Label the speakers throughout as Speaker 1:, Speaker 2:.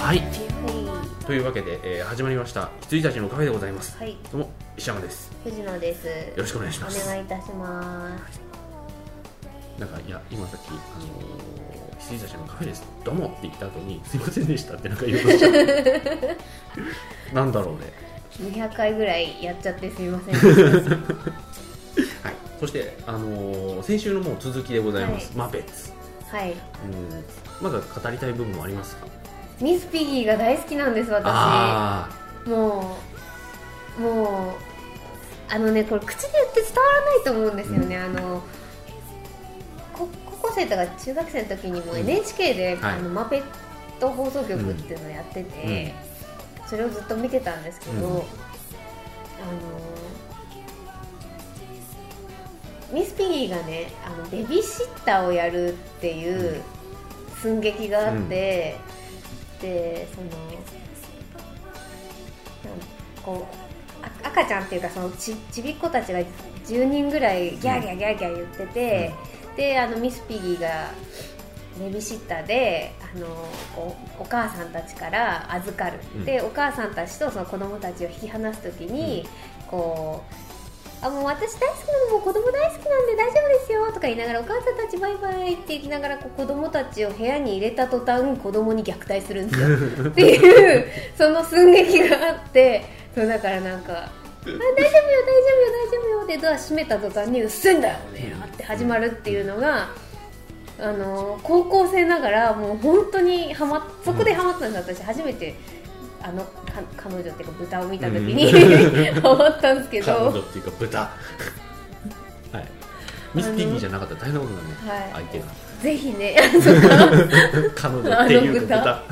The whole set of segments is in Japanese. Speaker 1: はい
Speaker 2: は
Speaker 1: というわけで、えー始まりました羊たちのカフェでございます
Speaker 2: い、はい、
Speaker 1: どうも石山ですよ
Speaker 2: 藤野です。
Speaker 1: ろしくお願いします
Speaker 2: お願いいたし ます。
Speaker 1: なんかいや今さっき、あのー羊たちのカフェですどうもって言った後にすいませんでしたってなんか言うとしち ゃうなんだろうね
Speaker 2: 200回ぐらいやっちゃってすみませんでした。
Speaker 1: はいそして、あのー先週のもう続きでございます、
Speaker 2: は
Speaker 1: マペッツ
Speaker 2: はい、
Speaker 1: うんまだ語りたい部分もありますか
Speaker 2: ミスピギーが大好きなんです私。
Speaker 1: あ
Speaker 2: もうもうあのねこれ口で言って伝わらないと思うんですよね。あのこ高校生とか中学生の時にも
Speaker 1: うん
Speaker 2: NHK で、
Speaker 1: はい
Speaker 2: あのマペット放送局っていうのをやってて、それをずっと見てたんですけど、
Speaker 1: うん
Speaker 2: あのミスピギーがねあのベビーシッターをやるっていう寸劇があって、でそのなんこうあ赤ちゃんっていうかそのちちびっ子たちが10人ぐらいギャーギャーギャーギャー言ってて、であのミスピギーがベビーシッターであのこうお母さんたちから預かる、
Speaker 1: うん
Speaker 2: でお母さんたちとその子供たちを引き離すときに、こうあもう私大好きなのもう子供大好きなんで大丈夫ですよとか言いながらお母さんたちバイバイって言いながらこう子供たちを部屋に入れた途端子供に虐待するんですよ っていうその寸劇があってそうだからなんかあ大丈夫よ大丈夫よ大丈夫よでドア閉めた途端にうっせんだよおめえらって始まるっていうのが、あの高校生ながらもう本当にハマそこでハマったんです私初めてあのか彼女っていうか豚を見た時に、ハマったんですけ
Speaker 1: ー
Speaker 2: ど
Speaker 1: カー
Speaker 2: は
Speaker 1: ドっていうか豚 はいミスピギーじゃなかったら大変なことになるね、相手が
Speaker 2: いぜひね そう
Speaker 1: 彼女っていうか豚はい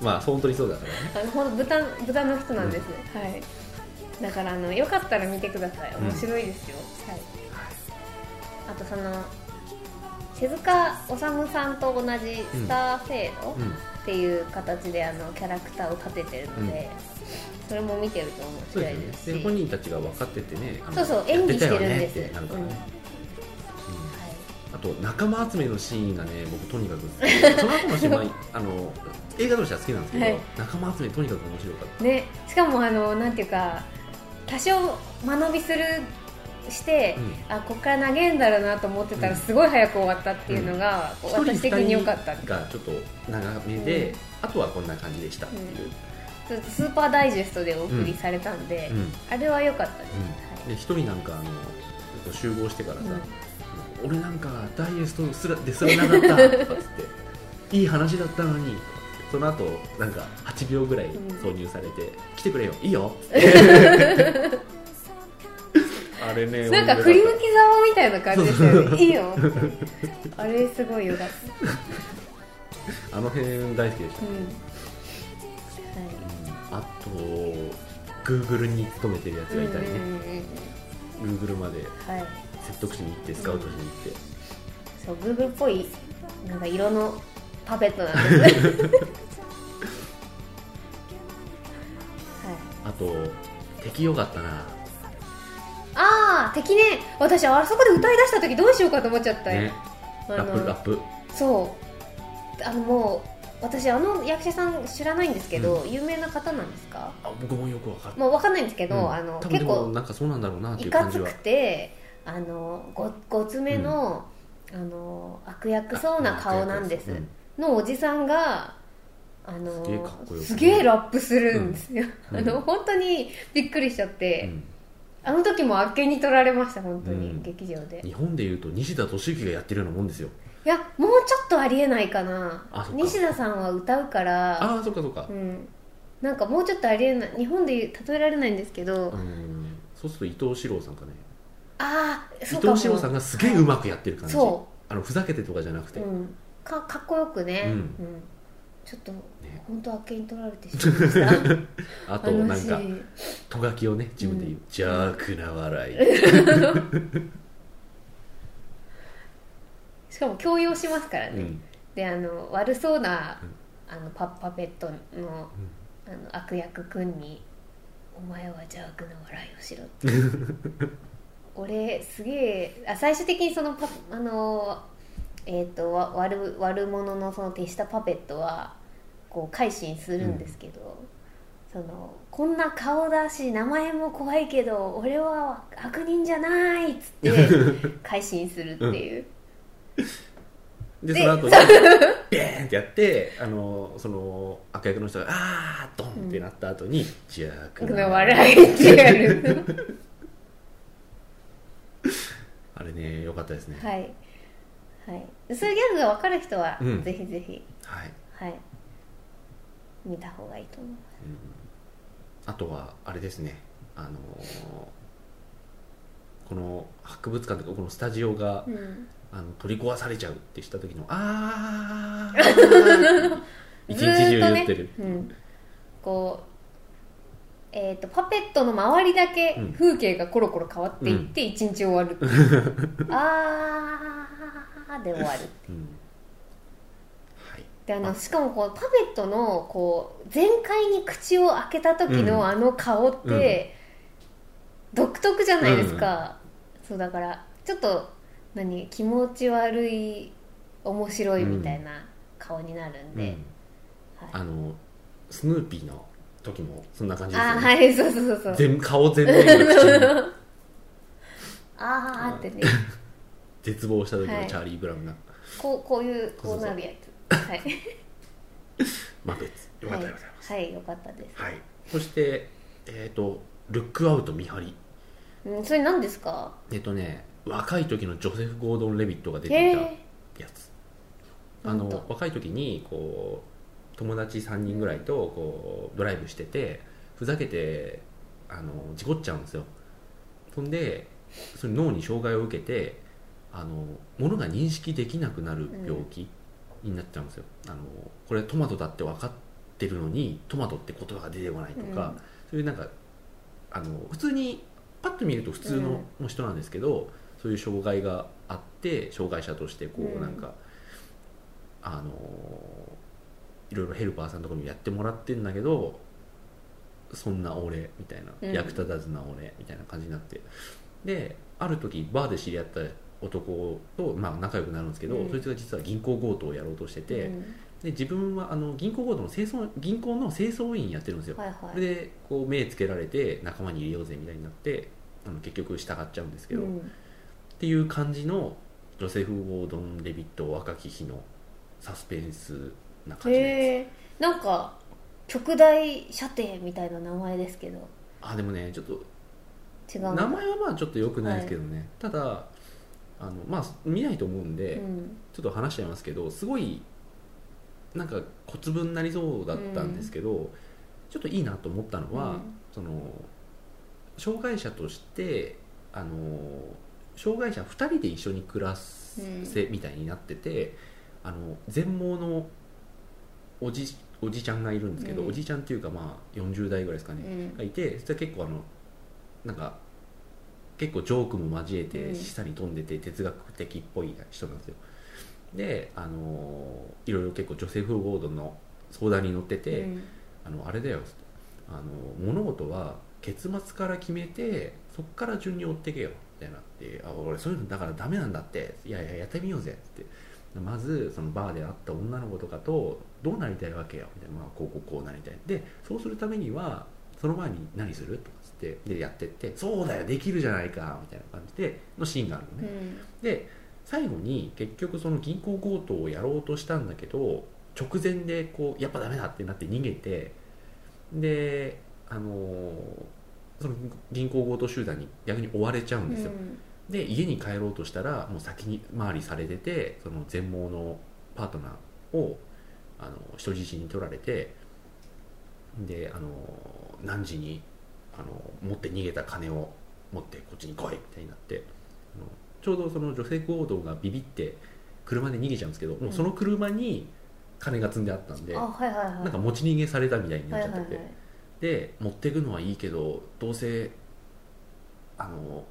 Speaker 1: まあ本当にそうだから
Speaker 2: あ
Speaker 1: ね
Speaker 2: のほんと豚豚の人なんです、はいだからあのよかったら見てください
Speaker 1: うん
Speaker 2: 面白いですよ、はいあとその手塚治虫さんと同じスターフェード、
Speaker 1: うん
Speaker 2: っていう形であのキャラクターを立ててるので、それも見てると面
Speaker 1: そう
Speaker 2: 白
Speaker 1: で
Speaker 2: いですす
Speaker 1: よねで
Speaker 2: し
Speaker 1: 本人たちが分かっててねあの
Speaker 2: そうそう
Speaker 1: やっ
Speaker 2: 演
Speaker 1: て
Speaker 2: 技
Speaker 1: た
Speaker 2: して
Speaker 1: よ
Speaker 2: るん
Speaker 1: ね
Speaker 2: で
Speaker 1: っ
Speaker 2: す、
Speaker 1: てなんかね、
Speaker 2: うんは
Speaker 1: うんあと仲間集めのシーンがね僕とにかく好きでその後のし まいあの映画としては好きなんですけど、
Speaker 2: はい
Speaker 1: 仲間集めとにかく面白かっ
Speaker 2: いね、しかもあのなんていうか多少間延びするして、あここから投げんだろうなと思ってた
Speaker 1: うん
Speaker 2: らすごい早く終わったっていうのが、こう
Speaker 1: た
Speaker 2: 私的に良かった
Speaker 1: 一人二人がちょっと長めで、
Speaker 2: うん
Speaker 1: あとはこんな感じでしたっていう、
Speaker 2: ちょっとスーパーダイジェストでお送りされたんで、
Speaker 1: うん
Speaker 2: あれは良かったです、
Speaker 1: うんで一人なんかあのこう集合してからさ、
Speaker 2: はい
Speaker 1: 俺なんかダイエストすらですらなかったとかっつっていい話だったのにその後なんか8秒ぐらい挿入されて、来てくれよい いよあれね
Speaker 2: うんなんか振り向きざまみたいな感じですよねいいよってあれすごい良かった
Speaker 1: あの辺大好きでした、
Speaker 2: うんは
Speaker 1: あと Google に勤めてるやつ
Speaker 2: い。
Speaker 1: がいたり
Speaker 2: うん
Speaker 1: ね、
Speaker 2: うんうんうん
Speaker 1: Google まで
Speaker 2: はい。
Speaker 1: 説得しに行ってスカウトしに行って、
Speaker 2: そう、グーグルっぽい、なんか色のパペットなんです ね。はい。
Speaker 1: あと敵よかったな
Speaker 2: ああ、敵ね、私あそこで歌い出した時どうしようかと思っちゃったよ。
Speaker 1: ね
Speaker 2: あ
Speaker 1: ラップラ
Speaker 2: の、
Speaker 1: ップ
Speaker 2: そう。あのもう、私あの役者さん知らないんですけど、有名な方なんですか。
Speaker 1: あ僕もよくわかった
Speaker 2: まあ、わかんないんですけど、
Speaker 1: うん
Speaker 2: あの、
Speaker 1: 多分
Speaker 2: 結
Speaker 1: でも
Speaker 2: 構。
Speaker 1: なんかそうなんだろうなってい
Speaker 2: いうか
Speaker 1: 感
Speaker 2: つ
Speaker 1: じは
Speaker 2: くてあのごごつめの,、あの悪役そうな顔なんです、
Speaker 1: うん
Speaker 2: のおじさんがあの
Speaker 1: すげえかっこよく
Speaker 2: すげえラップするんですよ、
Speaker 1: うん
Speaker 2: あ
Speaker 1: うん
Speaker 2: の本当にびっくりしちゃっ
Speaker 1: う
Speaker 2: て、
Speaker 1: ん
Speaker 2: あの時もあっけに取られました本当に、
Speaker 1: うん
Speaker 2: 劇場でい
Speaker 1: 日本でいうと西田敏行がやってるようなもんですよ
Speaker 2: やもうちょっとありえないかな
Speaker 1: あそっか
Speaker 2: 西田さんは歌うから
Speaker 1: ああそっかそっか
Speaker 2: うんなんかもうちょっとありえない日本で例えられないんですけど、
Speaker 1: う
Speaker 2: あ
Speaker 1: んそうすると伊藤史郎さんかね
Speaker 2: あー
Speaker 1: 伊
Speaker 2: そうかも
Speaker 1: 藤史郎さんがすげえうまくやってる感じ
Speaker 2: そう
Speaker 1: あのふざけてとかじゃなくて
Speaker 2: うん、かかっこよくね、
Speaker 1: う
Speaker 2: うんんちょっと、
Speaker 1: ね
Speaker 2: 本当あっけに取られてしまいました
Speaker 1: あ
Speaker 2: あ
Speaker 1: と
Speaker 2: の
Speaker 1: なん
Speaker 2: シ
Speaker 1: か
Speaker 2: ーン
Speaker 1: とがきをね自分で言う邪悪な笑い
Speaker 2: しかも強要しますから
Speaker 1: う
Speaker 2: ね、
Speaker 1: ん
Speaker 2: であの悪そうな
Speaker 1: うん
Speaker 2: あのパパペットの,、あの悪役くんに「お前は邪悪な笑いをしろ」って俺すげえあ最終的にそのパあのえっ、とわ悪悪者のその手下パペットはこう改心するんですけど、そのこんな顔だし名前も怖いけど俺は悪人じゃないっつって改心するっていう、
Speaker 1: で
Speaker 2: で
Speaker 1: その後に ビーンってやってあのその悪役の人が「あードン!」ってなった後に「邪悪
Speaker 2: この笑いってやる
Speaker 1: あれね良かったですねはい、
Speaker 2: はいはいそういうギャグが分かる人は、
Speaker 1: うん
Speaker 2: ぜひぜひはい見た方がいいと思う
Speaker 1: うんあとはあれですねあのこの博物館とかこのスタジオが、
Speaker 2: うん
Speaker 1: あの取り壊されちゃうってした時の「あ ー」一日中言ってる、
Speaker 2: ずーっとねうん、こうえー、とパペットの周りだけ
Speaker 1: うん
Speaker 2: 風景がコロコロ変わっていって一日終わ る、あーで終わる
Speaker 1: うんはい
Speaker 2: であの
Speaker 1: あ
Speaker 2: しかもこうパペットのこう全開に口を開けた時
Speaker 1: う
Speaker 2: の
Speaker 1: ん
Speaker 2: あの顔って、独特じゃないですか、そうだからちょっと何気持ち悪い面白いみたいな顔になるんで、
Speaker 1: うん
Speaker 2: はい、
Speaker 1: あのスヌーピーの時もそんな感じですよ
Speaker 2: あ
Speaker 1: ね、
Speaker 2: はいそうそうそうそう
Speaker 1: 全顔全面が口に
Speaker 2: あーってね
Speaker 1: 絶望した時
Speaker 2: は
Speaker 1: の
Speaker 2: い
Speaker 1: チャーリー・ブラウンが
Speaker 2: こうこういうこ
Speaker 1: そうそう
Speaker 2: う
Speaker 1: そう
Speaker 2: なるやつはい
Speaker 1: 「マペツ」 よかったでございます
Speaker 2: はいよかったです、
Speaker 1: はい、そしてえっ、と「ルックアウト見張り
Speaker 2: うん、それ何ですか」
Speaker 1: えっ、とね若い時のジョセフ・ゴードン・レビットが出
Speaker 2: へ
Speaker 1: てい
Speaker 2: え
Speaker 1: たやつあ
Speaker 2: なんと
Speaker 1: の若い時にこう友達3人ぐらいとこうドライブしててふざけてあの事故っちゃうんですよそんでそれ脳に障害を受けてあの物が認識できなくなる病気になっちゃうんですよ、あのこれトマトだって分かってるのにトマトって言葉が出てこないとか、
Speaker 2: うん
Speaker 1: そういうなんかあの普通にパッと見ると普通の人なんですけど、そういう障害があって障害者として
Speaker 2: う
Speaker 1: こうんなんか、あのいろいろヘルパーさんとかにもやってもらってんだけどそんな俺みたいな、
Speaker 2: うん
Speaker 1: 役立たずな俺みたいな感じになってである時バーで知り合った男と、まあ、仲良くなるんですけど、
Speaker 2: うん
Speaker 1: そいつが実は銀行強盗をやろうとしてて、
Speaker 2: うん
Speaker 1: で自分はあの銀行強盗の清掃銀行の清掃員やってるんですよ、
Speaker 2: はいは
Speaker 1: そ
Speaker 2: い
Speaker 1: れでこう目つけられて仲間に入れようぜみたいになってあの結局従っちゃうんですけど、
Speaker 2: う
Speaker 1: っ
Speaker 2: ん
Speaker 1: ていう感じのジョセフ・ウォードン・レビット若き日のサスペンスな感じです、
Speaker 2: へえなんか極大射程みたいな名前ですけど
Speaker 1: あでもねちょっと
Speaker 2: 違う
Speaker 1: 名
Speaker 2: ん
Speaker 1: 前
Speaker 2: だ
Speaker 1: はまあちょっと良くないですけどね、ただあのまあ見ないと思うんで、
Speaker 2: うん
Speaker 1: ちょっと話しちゃいますけどすごいなんか小粒になりそうだったんですけど、ちょっといいなと思ったのは、
Speaker 2: うん
Speaker 1: その障害者としてあの障害者2人で一緒に暮らせみたいになってて、あの全盲のおじおじちゃんがいるんですけど、
Speaker 2: うん
Speaker 1: おじちゃんっていうかまあ40代ぐらいですか
Speaker 2: う
Speaker 1: ね、
Speaker 2: ん
Speaker 1: がいてそれ結構あのなんか結構ジョークも交えて
Speaker 2: うん
Speaker 1: 示唆に富んでて哲学的っぽい人なんですよであのーいろいろ結構ジョセフ・ウォードの相談に乗ってて、
Speaker 2: うん
Speaker 1: あのあれだよあの物事は結末から決めてそこから順に追ってけよみたいなってあ俺そういうのだからダメなんだっていやいややってみようぜってまずそのバーで会った女の子とかとどうなりたいわけよみたいな、まあ、こうこうこうなりたいでそうするためにはその前に何するとかつってでやってってそうだよできるじゃないかみたいな感じでのシーンがあるのね、
Speaker 2: うん
Speaker 1: で最後に結局その銀行強盗をやろうとしたんだけど直前でこうやっぱダメだってなって逃げてであのーその銀行強盗集団に逆に追われちゃうんですよ、で家に帰ろうとしたらもう先に回りされててその全盲のパートナーをあの人質に取られてであの何時にあの持って逃げた金を持ってこっちに来いみたいになってあのちょうどその女性行動がビビって車で逃げちゃうんですけど、もうその車に金が積んであったんで
Speaker 2: あ
Speaker 1: な
Speaker 2: はいはいはい
Speaker 1: んか持ち逃げされたみたいにな
Speaker 2: は
Speaker 1: っ
Speaker 2: い
Speaker 1: ち
Speaker 2: は
Speaker 1: ゃ
Speaker 2: い
Speaker 1: ってて、
Speaker 2: はい
Speaker 1: で持っていくのはいいけどどうせあの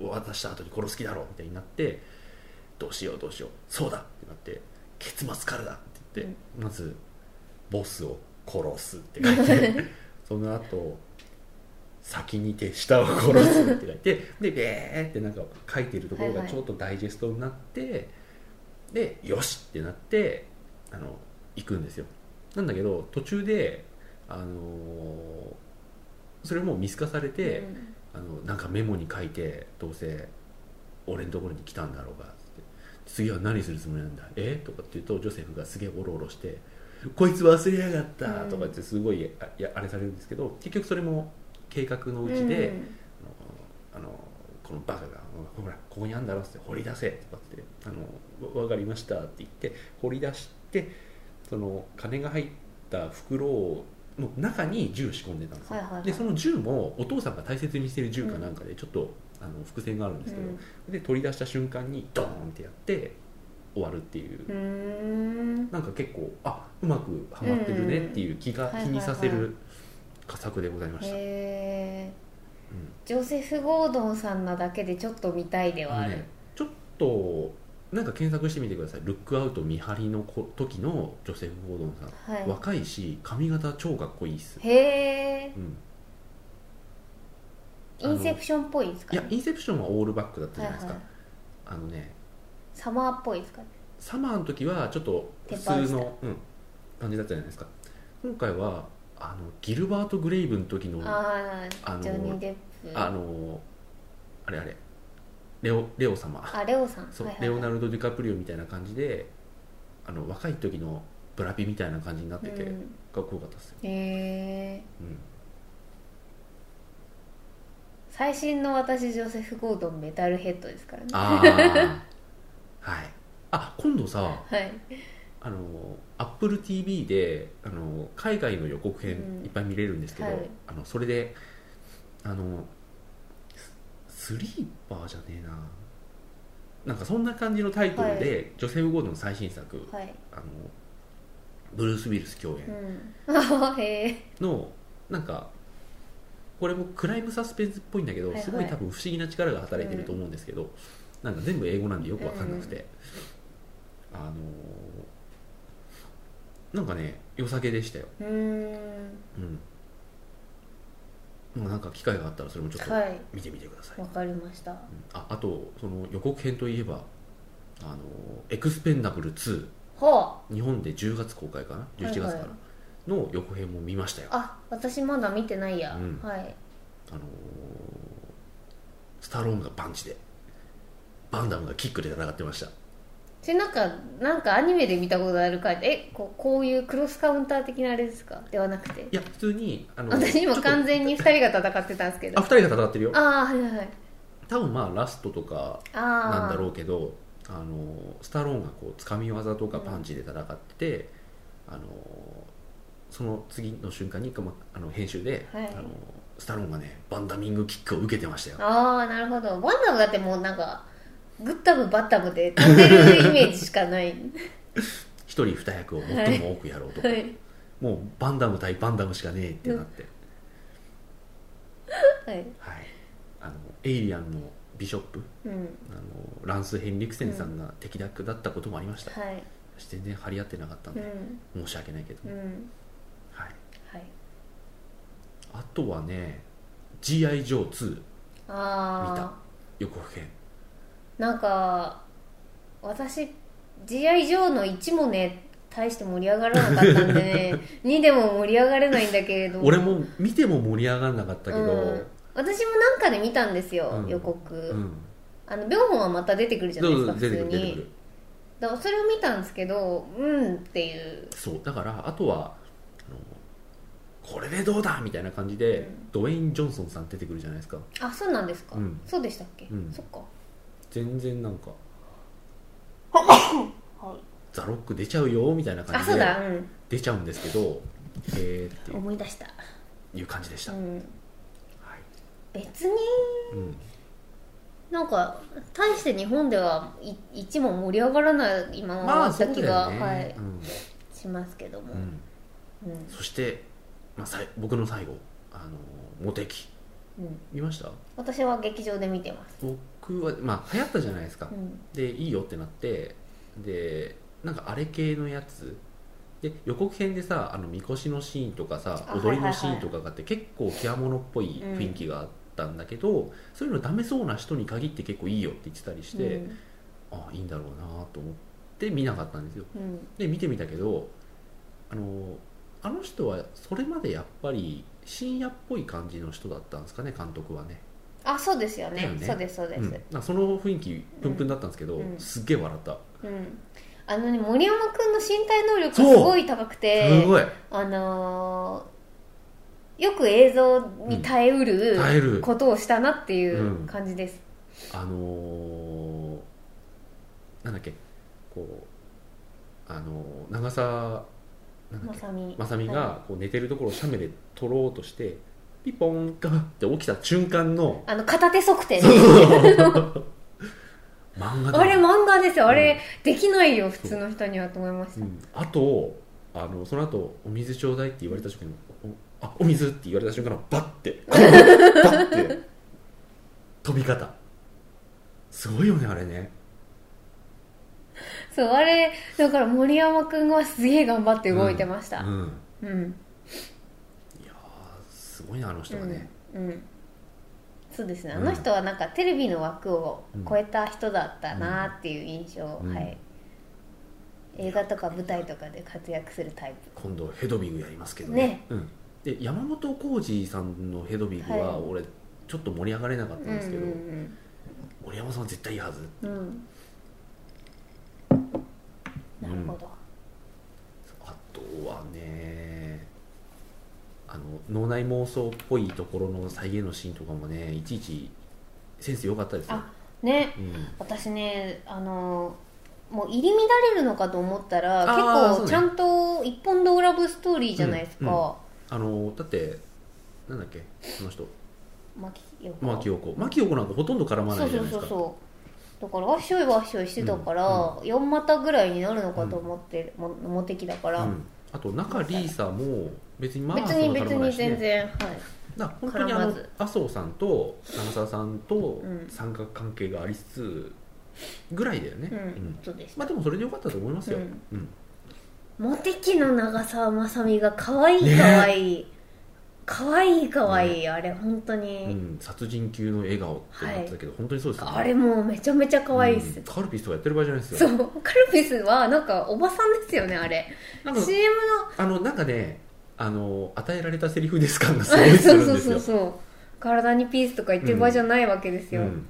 Speaker 1: 渡した後に殺す気だろうみたいになってどうしようどうしようそうだってなって結末からだって言って、まずボスを殺すって書いて その後先に手下を殺すって書いてでベーってなんか書いてるところ
Speaker 2: はい
Speaker 1: が
Speaker 2: はい
Speaker 1: ちょっとダイジェストになって、でよしってなってあの行くんですよなんだけど途中で、あのーそれも見透かされて、あのなんかメモに書いてどうせ俺のところに来たんだろうがつって次は何するつもりなんだえとかって言うとジョセフがすげえおろおろしてこいつ忘れやがった
Speaker 2: うん
Speaker 1: とかってすごいあいやあれされるんですけど結局それも計画のうちで、あのあのこのバカが「ほらここにあんだろ」っつって「掘り出せ」とかって「あのわわかりました」って言って掘り出してその金が入った袋の中に銃仕込んでたんですよ、
Speaker 2: はいはいはい
Speaker 1: でその銃もお父さんが大切にしてる銃かなんかでちょっと、あの伏線があるんですけど、で取り出した瞬間にドーンってやって終わるっていう、
Speaker 2: うんうん
Speaker 1: なんか結構あうまくはまってるねっていう気が
Speaker 2: うんうん
Speaker 1: 気にさせ
Speaker 2: はいはいは
Speaker 1: る佳作でございました、
Speaker 2: へえ
Speaker 1: うん
Speaker 2: ジョセフ・ゴードンさんなだけでちょっと見たいではあ
Speaker 1: あの
Speaker 2: る
Speaker 1: ね、ちょっとなんか検索してみてください「ルックアウト見張り」のこ時のジョセフ・ゴードンさん、
Speaker 2: は
Speaker 1: 若いし髪型超かっこいいっす、
Speaker 2: いへえ
Speaker 1: うん、
Speaker 2: インセプションっぽいんですか
Speaker 1: い
Speaker 2: ね
Speaker 1: やインセプションはオールバックだったじ
Speaker 2: は
Speaker 1: ゃないいです
Speaker 2: は
Speaker 1: か、
Speaker 2: い
Speaker 1: あのね
Speaker 2: サマーっぽいですかね
Speaker 1: サマーの時はちょっと普通
Speaker 2: 鉄板
Speaker 1: の、うん、感じだったじゃないですか今回はあのギルバート・グレイブの時のあ
Speaker 2: あ
Speaker 1: あ
Speaker 2: あ
Speaker 1: の
Speaker 2: ジョニー・デップ
Speaker 1: のあれあれレオレオ様
Speaker 2: あレオさん
Speaker 1: そう、
Speaker 2: はいはい
Speaker 1: レ
Speaker 2: はい
Speaker 1: オナルド・ディカプリオみたいな感じであの若い時のブラピみたいな感じになってて、
Speaker 2: う
Speaker 1: かっ
Speaker 2: ん
Speaker 1: こよかったですよ、
Speaker 2: へえ
Speaker 1: うん、
Speaker 2: 最新の私ジョセフ・ゴードンメタルヘッドですからね
Speaker 1: ああはいあ今度さ
Speaker 2: はい
Speaker 1: あの AppleTV であの海外の予告
Speaker 2: う
Speaker 1: 編
Speaker 2: ん
Speaker 1: いっぱい見れるんですけど、
Speaker 2: はい
Speaker 1: あのそれであのススリーパーじゃねえななんかそんな感じのタイトルで、ジョセフ・ゴードンの最新作
Speaker 2: はい
Speaker 1: あのブルース・ウィルス共
Speaker 2: う
Speaker 1: 演
Speaker 2: ん あーへえ
Speaker 1: の、なんかこれもクライムサスペンスっぽいんだけど、
Speaker 2: はいはい
Speaker 1: すごい多分不思議な力が働いてると思うんですけど、なんか全部英語なんでよくわかんなくて、あのーなんかね良さげでしたよ、
Speaker 2: うーん
Speaker 1: うん、もうなんか機会があったらそれもちょっと
Speaker 2: はい
Speaker 1: 見てみてください、
Speaker 2: わかりました
Speaker 1: うんああとその予告編といえば「あのーエクスペンダブル2
Speaker 2: は」
Speaker 1: 日本で10月公開かな11月か
Speaker 2: はいは
Speaker 1: らの予告編も見ましたよ
Speaker 2: ああ私まだ見てないや、
Speaker 1: うん
Speaker 2: はい
Speaker 1: あのースタローンがパンチでバンダムがキックで戦ってました
Speaker 2: それなんかなんかアニメで見たことあるかえこうこういうクロスカウンター的なあれですかではなくて
Speaker 1: いや普通にあの
Speaker 2: 私今
Speaker 1: ちょっと
Speaker 2: 完全に2人が戦ってたんですけど
Speaker 1: あ
Speaker 2: あ
Speaker 1: 二人が戦ってるよ
Speaker 2: あーはいはいはい
Speaker 1: 多分まあラストとか
Speaker 2: ああ
Speaker 1: なんだろ
Speaker 2: う
Speaker 1: うけどあのースタローンがこう掴み技とかパンチで戦ってて、あのーその次の瞬間にまあの編集で、
Speaker 2: はい
Speaker 1: あのースタローンがねバンダミングキックを受けてましたよ
Speaker 2: ああなるほどワンダムだってもうなんかグッダムバッダムで飛んでるイメージしかない
Speaker 1: 一人二役を最も多くやろうとか、
Speaker 2: はい
Speaker 1: もうバンダム対バンダムしかねえってなって、
Speaker 2: はい
Speaker 1: はい、あのエイリアンのビショップ
Speaker 2: うん
Speaker 1: あのランス・ヘンリクセンさんが敵役だったこともありました、
Speaker 2: はい
Speaker 1: 全然張り合ってなかったん
Speaker 2: う
Speaker 1: で、
Speaker 2: ん
Speaker 1: 申し訳ないけど、
Speaker 2: うん
Speaker 1: はい、
Speaker 2: はい
Speaker 1: あとはね「G.I. ジョー2
Speaker 2: あ
Speaker 1: 見
Speaker 2: あ
Speaker 1: た予告編
Speaker 2: なんか私 GI 上の1もね大して盛り上がらなかったんで ね2でも盛り上がれないんだけれど」
Speaker 1: 俺も見ても盛り上がんなかったけ
Speaker 2: う
Speaker 1: ど
Speaker 2: ん、私もなんかで見たんですよ、
Speaker 1: うん
Speaker 2: 予告、
Speaker 1: うん
Speaker 2: あの両本はまた出てくるじゃないですか
Speaker 1: う
Speaker 2: 普
Speaker 1: ん出て
Speaker 2: 通
Speaker 1: くる出てく
Speaker 2: に
Speaker 1: る
Speaker 2: だからそれを見たんですけどうんっていう
Speaker 1: そうだからあとはあのこれでどうだみたいな感じで、
Speaker 2: うん
Speaker 1: ドウェイン・ジョンソンさん出てくるじゃないですか
Speaker 2: あそうなんですか、
Speaker 1: うん
Speaker 2: そうでしたっけ、
Speaker 1: うん
Speaker 2: そっか
Speaker 1: 全然なんか
Speaker 2: はい
Speaker 1: ザ・ロック出ちゃうよみたいな
Speaker 2: あ
Speaker 1: 感
Speaker 2: そ
Speaker 1: じ
Speaker 2: う
Speaker 1: で
Speaker 2: だうん
Speaker 1: 出ちゃうんですけどえーって
Speaker 2: 思い出した、
Speaker 1: いう感じでした、
Speaker 2: うん、
Speaker 1: はい
Speaker 2: 別に
Speaker 1: うん、
Speaker 2: なんか大して日本ではい一も盛り上がらない今
Speaker 1: ま
Speaker 2: は
Speaker 1: あ
Speaker 2: あった
Speaker 1: そう
Speaker 2: 気
Speaker 1: だ
Speaker 2: が、
Speaker 1: よね、
Speaker 2: はい
Speaker 1: うん
Speaker 2: しますけども、
Speaker 1: うん
Speaker 2: うん
Speaker 1: そして、まあ、さい僕の最後あのモテキ
Speaker 2: うん
Speaker 1: 見ました
Speaker 2: 私は劇場で見てます、
Speaker 1: 僕はまあ流行ったじゃないですか
Speaker 2: うん
Speaker 1: でいいよってなってでなんかあれ系のやつで予告編でさあのみこしのシーンとかさ
Speaker 2: あ
Speaker 1: 踊り
Speaker 2: はいはいは
Speaker 1: の
Speaker 2: い
Speaker 1: シーンとかがあって結構きわものっぽい雰囲気があったんだけど、そういうのダメそうな人に限って結構いいよって言ってたりして、
Speaker 2: うん
Speaker 1: あいいんだろうなと思って見なかったんですよ
Speaker 2: うん
Speaker 1: で見てみたけどあのあの人はそれまでやっぱり深夜っぽい感じの人だったんですかね監督はね
Speaker 2: あそうですよ
Speaker 1: だよ
Speaker 2: ね
Speaker 1: ね
Speaker 2: そうですそうです、
Speaker 1: うん、なんかその雰囲気プンプンだったんですけど、
Speaker 2: うんうん
Speaker 1: すっげえ笑った、
Speaker 2: うん、あのね森山君の身体能力がす
Speaker 1: そう
Speaker 2: ごい高くて
Speaker 1: すごい
Speaker 2: あのーよく映像に耐えうる
Speaker 1: 耐える
Speaker 2: ことをしたなっていうんう感じです、
Speaker 1: あのーなんだっけこうあのー長澤なんだ
Speaker 2: ま
Speaker 1: っけ
Speaker 2: さみ
Speaker 1: まさみ
Speaker 2: はい
Speaker 1: がこう寝てるところをシャメで取ろうとしてピポンカって起きた瞬 間の
Speaker 2: あの片手測定ね
Speaker 1: 漫画だ
Speaker 2: あれ漫画ですよあれ、できないよ普
Speaker 1: そう
Speaker 2: 通の人にはと思いまし
Speaker 1: う
Speaker 2: た、
Speaker 1: ん、あとあのその後お水ちょうだいって言われた瞬間におあお水って言われた瞬間のバッてバッて飛び方すごいよねあれね
Speaker 2: そうあれだから森山君はすげえ頑張って動いてまし
Speaker 1: う
Speaker 2: た
Speaker 1: ん
Speaker 2: うん、
Speaker 1: いやーすごいなあの人がね、
Speaker 2: うんうんそうですねあ
Speaker 1: う
Speaker 2: の
Speaker 1: ん
Speaker 2: 人はなんかテレビの枠を超えた人だったなっていう印象、
Speaker 1: うん
Speaker 2: はい映画とか舞台とかで活躍するタイプ
Speaker 1: 今度ヘドウィグやりますけど
Speaker 2: ね
Speaker 1: うん、で山本浩二さんのヘドウィグは
Speaker 2: はい
Speaker 1: 俺ちょっと盛り上がれなかったんですけど、
Speaker 2: うん
Speaker 1: 森山さんは絶対いいはず
Speaker 2: うんうんうんなるほど、
Speaker 1: あとはねあの脳内妄想っぽいところの再現のシーンとかもねいちいちセンス良かったですよ
Speaker 2: あ、ね
Speaker 1: うん、
Speaker 2: 私ねあのもう入り乱れるのかと思ったら
Speaker 1: あー
Speaker 2: 結
Speaker 1: そう
Speaker 2: 構
Speaker 1: ね
Speaker 2: ちゃんと一本道ラブストーリーじゃないです
Speaker 1: うん
Speaker 2: か、
Speaker 1: あのだってなんだっけその人
Speaker 2: 牧陽子
Speaker 1: 牧陽子牧陽子なんかほとんど絡まな
Speaker 2: そう
Speaker 1: いじゃ
Speaker 2: そ
Speaker 1: な
Speaker 2: う
Speaker 1: い
Speaker 2: そ
Speaker 1: です
Speaker 2: う
Speaker 1: か
Speaker 2: そうだからわっしょいわっしょいしてたから、四股ぐらいになるのかと思って、もモテキだから、
Speaker 1: うん、あと中リーサも別にまあ
Speaker 2: 別
Speaker 1: そん
Speaker 2: に
Speaker 1: な
Speaker 2: 別
Speaker 1: 絡まない
Speaker 2: に
Speaker 1: しね
Speaker 2: 全然、はい
Speaker 1: だから本当にあ
Speaker 2: 絡ま
Speaker 1: の
Speaker 2: ず
Speaker 1: 麻生さんと長澤さんと
Speaker 2: うん
Speaker 1: 三角関係がありつつぐらいだよね、
Speaker 2: うん
Speaker 1: うん
Speaker 2: そうでした、
Speaker 1: まあでもそれでよかったと思いますよ、
Speaker 2: うん
Speaker 1: うん
Speaker 2: モテキの長澤まさみが可愛い可愛い、可愛い可愛い、あれ本当
Speaker 1: う
Speaker 2: に、
Speaker 1: ん、殺人級の笑顔ってなってたけど、本当にそうですよね
Speaker 2: あれもうめちゃめちゃ可愛いっす、
Speaker 1: うんカルピスとかやってる場合じゃないです
Speaker 2: そ
Speaker 1: よ
Speaker 2: うカルピスはなんかおばさんですよねあれ
Speaker 1: なんか
Speaker 2: CM
Speaker 1: あのなんかねあの与えられたセリフです感がす
Speaker 2: の
Speaker 1: ごい す
Speaker 2: そう
Speaker 1: るん
Speaker 2: そう
Speaker 1: です
Speaker 2: そう
Speaker 1: よ
Speaker 2: そう体にピースとか言ってる場合じゃないわけです
Speaker 1: う
Speaker 2: よ、
Speaker 1: ん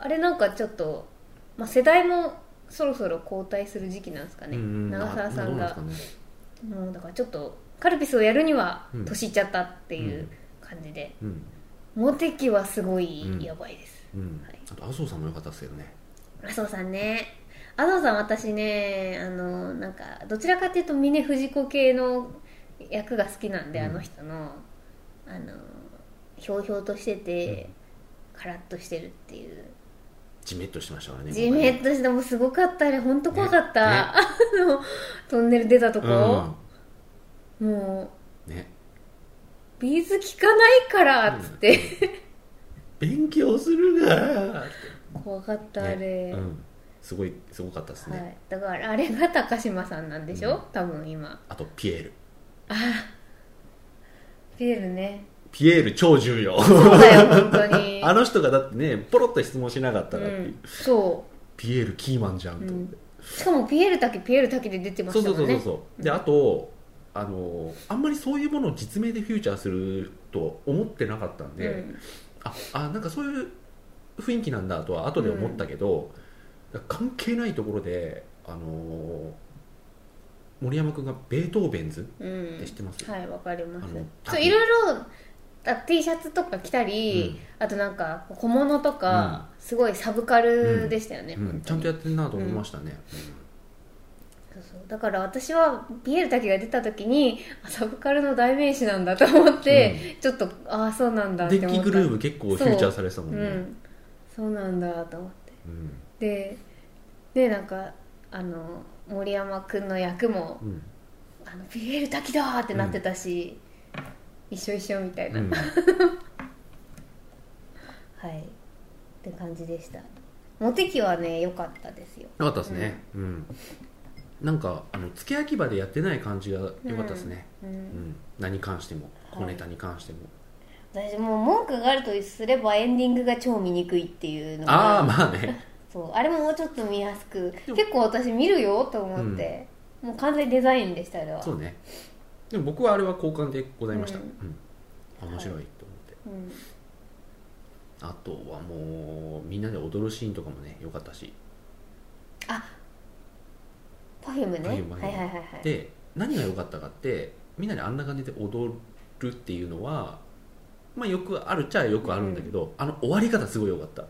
Speaker 2: あれなんかちょっと、まあ、世代もそろそろ交代する時期なんですかね、
Speaker 1: うん
Speaker 2: 長澤さん
Speaker 1: あ
Speaker 2: が
Speaker 1: どうなんですかね
Speaker 2: もうだからちょっとカルピスをやるには
Speaker 1: うん
Speaker 2: 年いっちゃったっていう感じで、
Speaker 1: うん
Speaker 2: モテ期はすご
Speaker 1: うん
Speaker 2: いやばいです、
Speaker 1: うん
Speaker 2: はい
Speaker 1: あと麻生さんも良かったですけどね
Speaker 2: 麻生さんね麻生さん私ねあのなんかどちらかというと峰不二子系の役が好きなんで、
Speaker 1: うん
Speaker 2: あの人のあのひょうひょうとしてて、カラッとしてるっていう
Speaker 1: ジメッとしてましたからね
Speaker 2: ジメッとしてもうすごかったあれ本当怖かった、
Speaker 1: ね
Speaker 2: あのトンネル出たとこ、
Speaker 1: う
Speaker 2: もうん
Speaker 1: ね
Speaker 2: ビーズ効かないからっつって、
Speaker 1: 勉強するなーって
Speaker 2: 怖かったあれ、
Speaker 1: ねうん、すごいすごかったですね、
Speaker 2: はい、だからあれが高島さんなんでしょ、
Speaker 1: うん
Speaker 2: 多分今
Speaker 1: あとピエール
Speaker 2: ピエールね
Speaker 1: ピエール超重要
Speaker 2: そうだよ本当 に
Speaker 1: あの人がだってねポロッと質問しなかったらっていう、
Speaker 2: うん、そ
Speaker 1: ピエールキーマンじゃんと思って、
Speaker 2: うしかもピエールだけピエールだけで出てま
Speaker 1: そう
Speaker 2: した
Speaker 1: そ
Speaker 2: も
Speaker 1: うそ
Speaker 2: ん
Speaker 1: うそ
Speaker 2: ね
Speaker 1: うそうであとあのあんまりそういうものを実名でフューチャーすると思ってなかったんで、
Speaker 2: うん
Speaker 1: ああなんかそういう雰囲気なんだとは後で思ったけど、関係ないところであの森山君がベートーベンズ
Speaker 2: うん
Speaker 1: って知ってます、
Speaker 2: はいわかりま
Speaker 1: あの
Speaker 2: すそういろいろあ T シャツとか着たり、あとなんか小物とか、すごいサブカルでしたよね、
Speaker 1: うん、
Speaker 2: 本
Speaker 1: ち
Speaker 2: 当
Speaker 1: ゃん
Speaker 2: に
Speaker 1: とやってるなと思いましたね、
Speaker 2: そうそうだから私はピエールだけが出た時にあサブカルの代名詞なんだと思って、ちょっとああそうなんだっ
Speaker 1: デ
Speaker 2: て
Speaker 1: ッ
Speaker 2: 思っ
Speaker 1: キ
Speaker 2: た
Speaker 1: グルーヴ結構フューチャーされてたもん
Speaker 2: う
Speaker 1: ね、
Speaker 2: んそうなんだと思って
Speaker 1: うん
Speaker 2: ででなんかあの森山君の役も
Speaker 1: うん
Speaker 2: 「あのピエール滝だ!」ってなってたし、一緒一緒みたいな、
Speaker 1: うん
Speaker 2: はいって感じでしたモテ期はね良かったですよ
Speaker 1: よかったですね、うんなんかあの付け焼き場でやってない感じがよかったですね、
Speaker 2: う
Speaker 1: うん
Speaker 2: ん、
Speaker 1: 何に関しても
Speaker 2: はい
Speaker 1: 小ネタに関しても、
Speaker 2: 私もう文句があるとすればエンディングが超見にくいっていうの
Speaker 1: あ
Speaker 2: が
Speaker 1: あまあね
Speaker 2: そうあれももうちょっと見やすく
Speaker 1: でも
Speaker 2: 結構私見るよと思って、もう完全にデザインでしたあれは
Speaker 1: そうねでも僕はあれは好感でございました、
Speaker 2: う
Speaker 1: うんん面白いと思って、
Speaker 2: うん、
Speaker 1: あとはもうみんなで踊るシーンとかもね良かったし
Speaker 2: パフュームね
Speaker 1: Perfume
Speaker 2: はいはいはいはい
Speaker 1: で何が良かったかってみんなであんな感じで踊るっていうのはまあよくあるっちゃよくあるんだけど、あの終わり方すごい良かった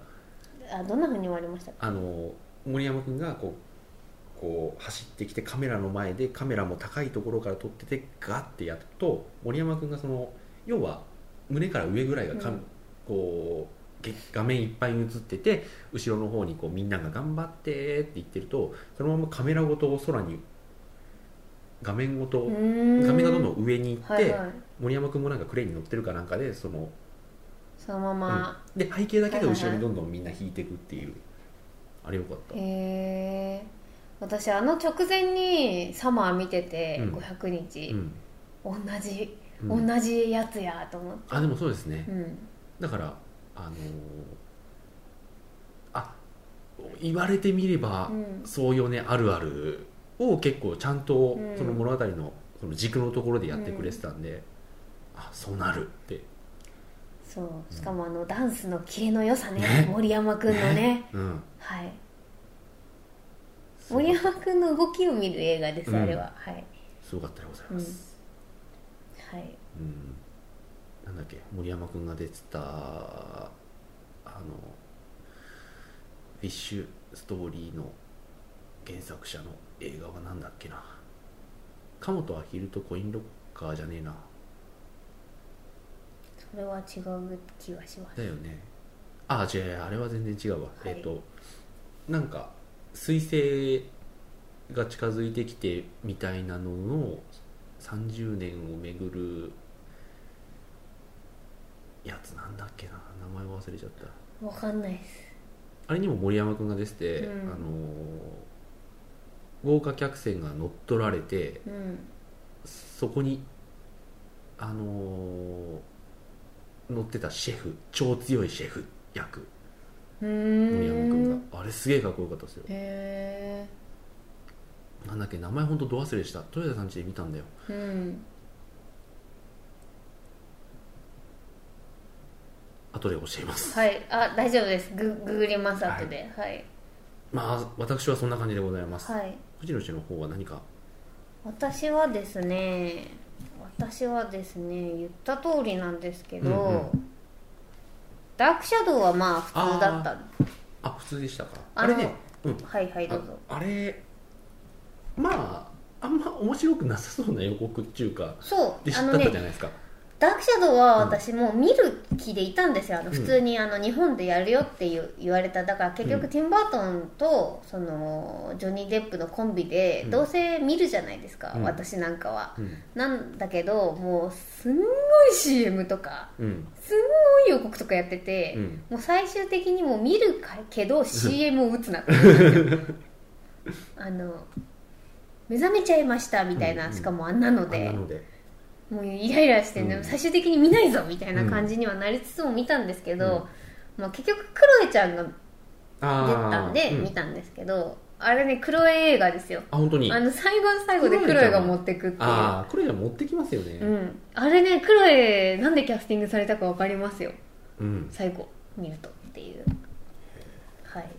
Speaker 2: あどんなふうに終わりましたか
Speaker 1: あの森山君がこうこう走ってきてカメラの前でカメラも高いところから撮っててガッてやると森山君がその要は胸から上ぐらいがか、
Speaker 2: うん
Speaker 1: こうげ画面いっぱいに映ってて後ろの方にこうみんなが「頑張って」って言ってるとそのままカメラごと空に画面ごと、
Speaker 2: うーん
Speaker 1: 画面がどんどん上に行って、
Speaker 2: はいはい、
Speaker 1: 森山君もなんかクレーンに乗ってるかなんかでその
Speaker 2: そのまま、
Speaker 1: で背景だけが後
Speaker 2: はいはい
Speaker 1: ろ
Speaker 2: は
Speaker 1: に
Speaker 2: い
Speaker 1: どんどんみんな引いていくっていう、あれよかった。
Speaker 2: へえ私あの直前にサマー見てて、
Speaker 1: うん
Speaker 2: 500日、
Speaker 1: うん
Speaker 2: 同じ、
Speaker 1: うん
Speaker 2: 同じやつやと思って
Speaker 1: あでもそうですね、
Speaker 2: うん
Speaker 1: だからあのーあ言われてみれば、
Speaker 2: うん
Speaker 1: そうよねあるあるを結構ちゃんと
Speaker 2: うん
Speaker 1: その物語のその軸のところでやってくれてたんで、あそうなるって、
Speaker 2: そうしかもあのダンスのキレの良さね
Speaker 1: ね
Speaker 2: 森山くんのね
Speaker 1: うん、
Speaker 2: はい
Speaker 1: すご
Speaker 2: 森
Speaker 1: い
Speaker 2: 山くんの動きを見る映画です、
Speaker 1: うん
Speaker 2: あれははい
Speaker 1: すごかったでございます、
Speaker 2: はい
Speaker 1: うんなんだっけ森山君が出てたあのフィッシュストーリーの原作者の映画はなんだっけな鴨とアヒルとコインロッカーじゃねえな
Speaker 2: それは違う気がします
Speaker 1: だよねああ違う違うあれは全然違うわ、
Speaker 2: い
Speaker 1: えっ、となんか彗星が近づいてきてみたいなのの30年をめぐるやつなんだっけな名前を忘れちゃった
Speaker 2: わかんないです
Speaker 1: あれにも森山君が出てて、
Speaker 2: うん
Speaker 1: あのー豪華客船が乗っ取られて、
Speaker 2: うん
Speaker 1: そこにあのー乗ってたシェフ超強いシェフ役
Speaker 2: う
Speaker 1: 森山
Speaker 2: ーんへ
Speaker 1: 君があれすげえかっこよかったですよ
Speaker 2: え
Speaker 1: なんだっけ名前ほんとど忘れした豊田さん家で見たんだよ
Speaker 2: うん
Speaker 1: 後で教えます
Speaker 2: はいあ大丈夫ですグググります後ではい
Speaker 1: まあ私はそんな感じでございます
Speaker 2: はい
Speaker 1: 藤野氏の方は何か
Speaker 2: 私はですね私はですね言った通りなんですけど、
Speaker 1: うんう
Speaker 2: ダークシャドウはまあ普通だった
Speaker 1: あ普通でしたか
Speaker 2: あ
Speaker 1: あ
Speaker 2: の
Speaker 1: れねうん
Speaker 2: はいはいどうぞ
Speaker 1: ああれまああんま面白くなさそうな予告っていうか
Speaker 2: そう
Speaker 1: で知
Speaker 2: あ
Speaker 1: っ
Speaker 2: の
Speaker 1: たったじゃ
Speaker 2: ね
Speaker 1: ないですか、
Speaker 2: ダークシャドウは私もう見る気でいたんですよあの
Speaker 1: うん
Speaker 2: 普通にあの日本でやるよっていう言われただから結
Speaker 1: う
Speaker 2: 局
Speaker 1: ん
Speaker 2: ティンバートンとそのジョニー・デップのコンビで
Speaker 1: うん
Speaker 2: どうせ見るじゃないですか、
Speaker 1: うん
Speaker 2: 私なんかは
Speaker 1: うん
Speaker 2: なんだけどもうすんごい CM とか
Speaker 1: うん
Speaker 2: すんごい予告とかやってて、
Speaker 1: うん
Speaker 2: もう最終的にもう見るかけど CM を打つなってあの目覚めちゃいましたみたいな、
Speaker 1: うんうん
Speaker 2: しかもあんなの
Speaker 1: あん
Speaker 2: で
Speaker 1: なので
Speaker 2: もうイライラして、ね
Speaker 1: うん
Speaker 2: 最終的に見ないぞみたいな感じにはなりつつも見たんですけど、まあ、結局クロエちゃんが出
Speaker 1: あー
Speaker 2: たんで
Speaker 1: うん
Speaker 2: 見たんですけど、あれねクロエ映画ですよ
Speaker 1: あ本当に
Speaker 2: あの最後の最後でクロエが持ってくっていう
Speaker 1: ああこれじゃ持ってきますよね
Speaker 2: うん、あれねクロエなんでキャスティングされたか分かりますよ
Speaker 1: うん、
Speaker 2: 最後見るとっていうはい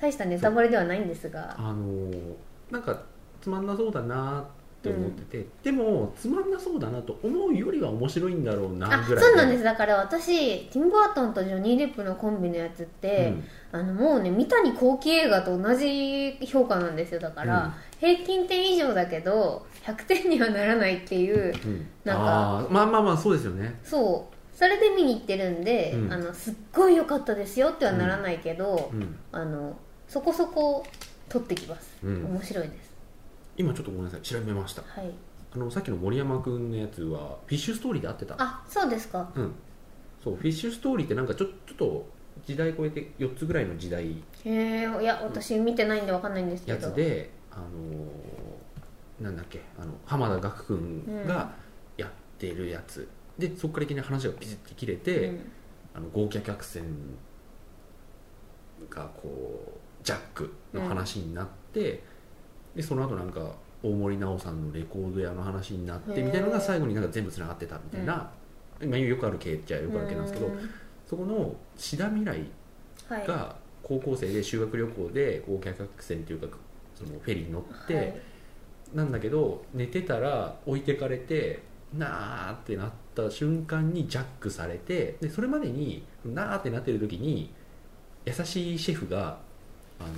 Speaker 2: 大したネタバレではないんですが
Speaker 1: あのーなんかつまんなそうだなって思ってて、でもつまんなそうだなと思うよりは面白いんだろうな
Speaker 2: あそ
Speaker 1: ぐ
Speaker 2: う
Speaker 1: らいの
Speaker 2: なんですだから私ティム・バートンとジョニー・デップのコンビのやつって、あのもうね三谷幸喜映画と同じ評価なんですよだから、平均点以上だけど100点にはならないっていう
Speaker 1: うんうん、
Speaker 2: なんか
Speaker 1: あーまあまあまあそうですよね
Speaker 2: そうそれで見に行ってるんで、
Speaker 1: うん
Speaker 2: あのすっごい良かったですよってはならないけど、
Speaker 1: うん、
Speaker 2: あのそこそこ取ってきます、
Speaker 1: うん
Speaker 2: 面白いです
Speaker 1: 今ちょっとごめんなさい調べました
Speaker 2: はい
Speaker 1: あのさっきの森山君のやつはフィッシュストーリーで合ってた
Speaker 2: あそうですか
Speaker 1: うんそうフィッシュストーリーってなんかちょちょっと時代超えて4つぐらいの時代
Speaker 2: へえいや私見てないんでわかんないんですけ
Speaker 1: や
Speaker 2: ど
Speaker 1: つで、あのーなんだっけあの浜田岳君がやってるやつ、でそこからいきなり話がピチッて切れて、
Speaker 2: うん
Speaker 1: あの豪華客船がこうジャックの話になって、でその後なんか大森奈緒さんのレコード屋の話になってみたいなのが最後になんか全部つながってたみたいな、まあ、よくある系っちゃよくある系なんですけど、
Speaker 2: うん
Speaker 1: そこの志田未来
Speaker 2: はい
Speaker 1: が高校生で修学旅行でこう客客船というかそのフェリーに乗って、
Speaker 2: はい
Speaker 1: なんだけど寝てたら置いてかれてなーってなった瞬間にジャックされてでそれまでになーってなってる時に優しいシェフが「あの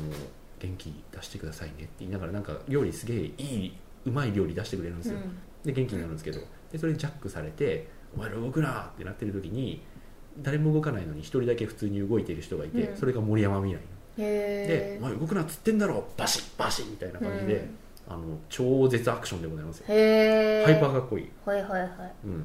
Speaker 1: 元気出してくださいね」って言いながらなんか料理すげえいいうまい料理出してくれるんですよ、で元気になるんですけどでそれジャックされて「お前ら動くな!」ってなってる時に誰も動かないのに一人だけ普通に動いてる人がいて、
Speaker 2: うん
Speaker 1: それが森山未来
Speaker 2: うん、へ
Speaker 1: で
Speaker 2: え
Speaker 1: 「お前動くなっつってんだろバシッバシッ!」みたいな感じで、あの超絶アクションでございますよ
Speaker 2: うん、へえ
Speaker 1: ハイパーかっこいい、
Speaker 2: はいはいはい
Speaker 1: うん、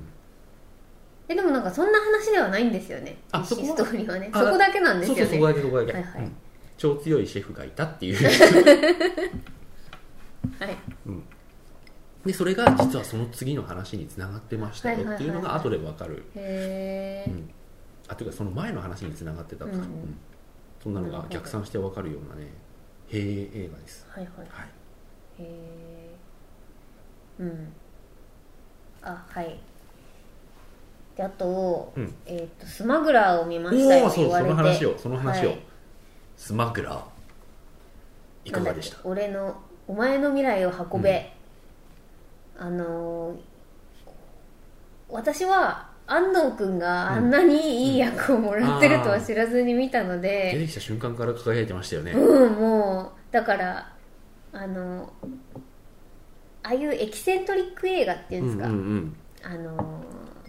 Speaker 2: えでもなんかそんな話ではないんですよね
Speaker 1: あそこは
Speaker 2: 石ストーリーはね
Speaker 1: あ
Speaker 2: そこだけなんです
Speaker 1: そ
Speaker 2: よ
Speaker 1: う
Speaker 2: ね
Speaker 1: そうそこだけそこだけ、
Speaker 2: はいはい
Speaker 1: うん超強いシェフがいたっ ていう、
Speaker 2: はい
Speaker 1: うん、でそれが実はその次の話につながってましたよ
Speaker 2: はいはいはい
Speaker 1: っていうのが後でわかる、
Speaker 2: へ
Speaker 1: う
Speaker 2: え、
Speaker 1: ん、あというかその前の話につながってたとか、
Speaker 2: うん
Speaker 1: うんそんなのが逆算してわかるようなねへえ映画です、
Speaker 2: はいはい
Speaker 1: はい、
Speaker 2: へえうんあはいであと,、
Speaker 1: うん
Speaker 2: えー、とスマグラーを見ました
Speaker 1: おお
Speaker 2: よ
Speaker 1: ーそう
Speaker 2: 言わ
Speaker 1: そ
Speaker 2: れて
Speaker 1: の話をその話を、
Speaker 2: はい
Speaker 1: スマグラーいかがでした
Speaker 2: なんだっけ俺のお前の未来を運べ、あのー私は安藤君があんなにいい役をもらってるとは知らずに見たの
Speaker 1: 出
Speaker 2: で、
Speaker 1: てきた瞬間から輝いてましたよね、
Speaker 2: うんもうだからあのああいうエキセントリック映画っていうんですか、
Speaker 1: うんうんうん
Speaker 2: あの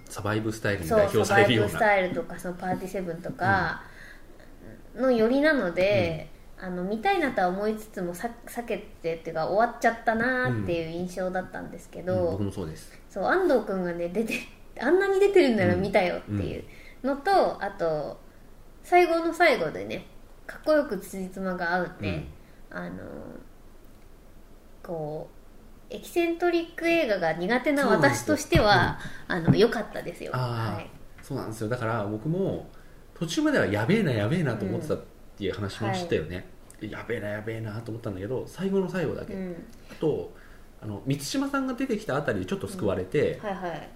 Speaker 1: サバイブスタイル
Speaker 2: ー
Speaker 1: に
Speaker 2: そ
Speaker 1: 代
Speaker 2: う
Speaker 1: 表
Speaker 2: サ
Speaker 1: さ
Speaker 2: バ
Speaker 1: れる
Speaker 2: イ
Speaker 1: よ
Speaker 2: ブ
Speaker 1: う
Speaker 2: ス
Speaker 1: な
Speaker 2: タイルとかそのパーティーセブンとかのよりなので、あの見たいなとは思いつつもさ避けてっていうか終わっちゃったなーっていう印象だったんですけ
Speaker 1: うん
Speaker 2: ど、
Speaker 1: 僕もそうです
Speaker 2: そう安藤君がね出てあんなに出てるんなら見たよっていうのと、あと最後の最後でねかっこよく辻褄が合うんで。あのこうエキセントリック映画が苦手な私としてはあの良かったですよ。
Speaker 1: あー
Speaker 2: はい
Speaker 1: そうなんですよだから僕も途中まではやべえなやべえなと思ってたっていう話もしたよね、やべえなやべえなと思ったんだけど最後の最後だけ、
Speaker 2: うん、
Speaker 1: あとあの満島さんが出てきたあたりでちょっと救われて、
Speaker 2: はい はい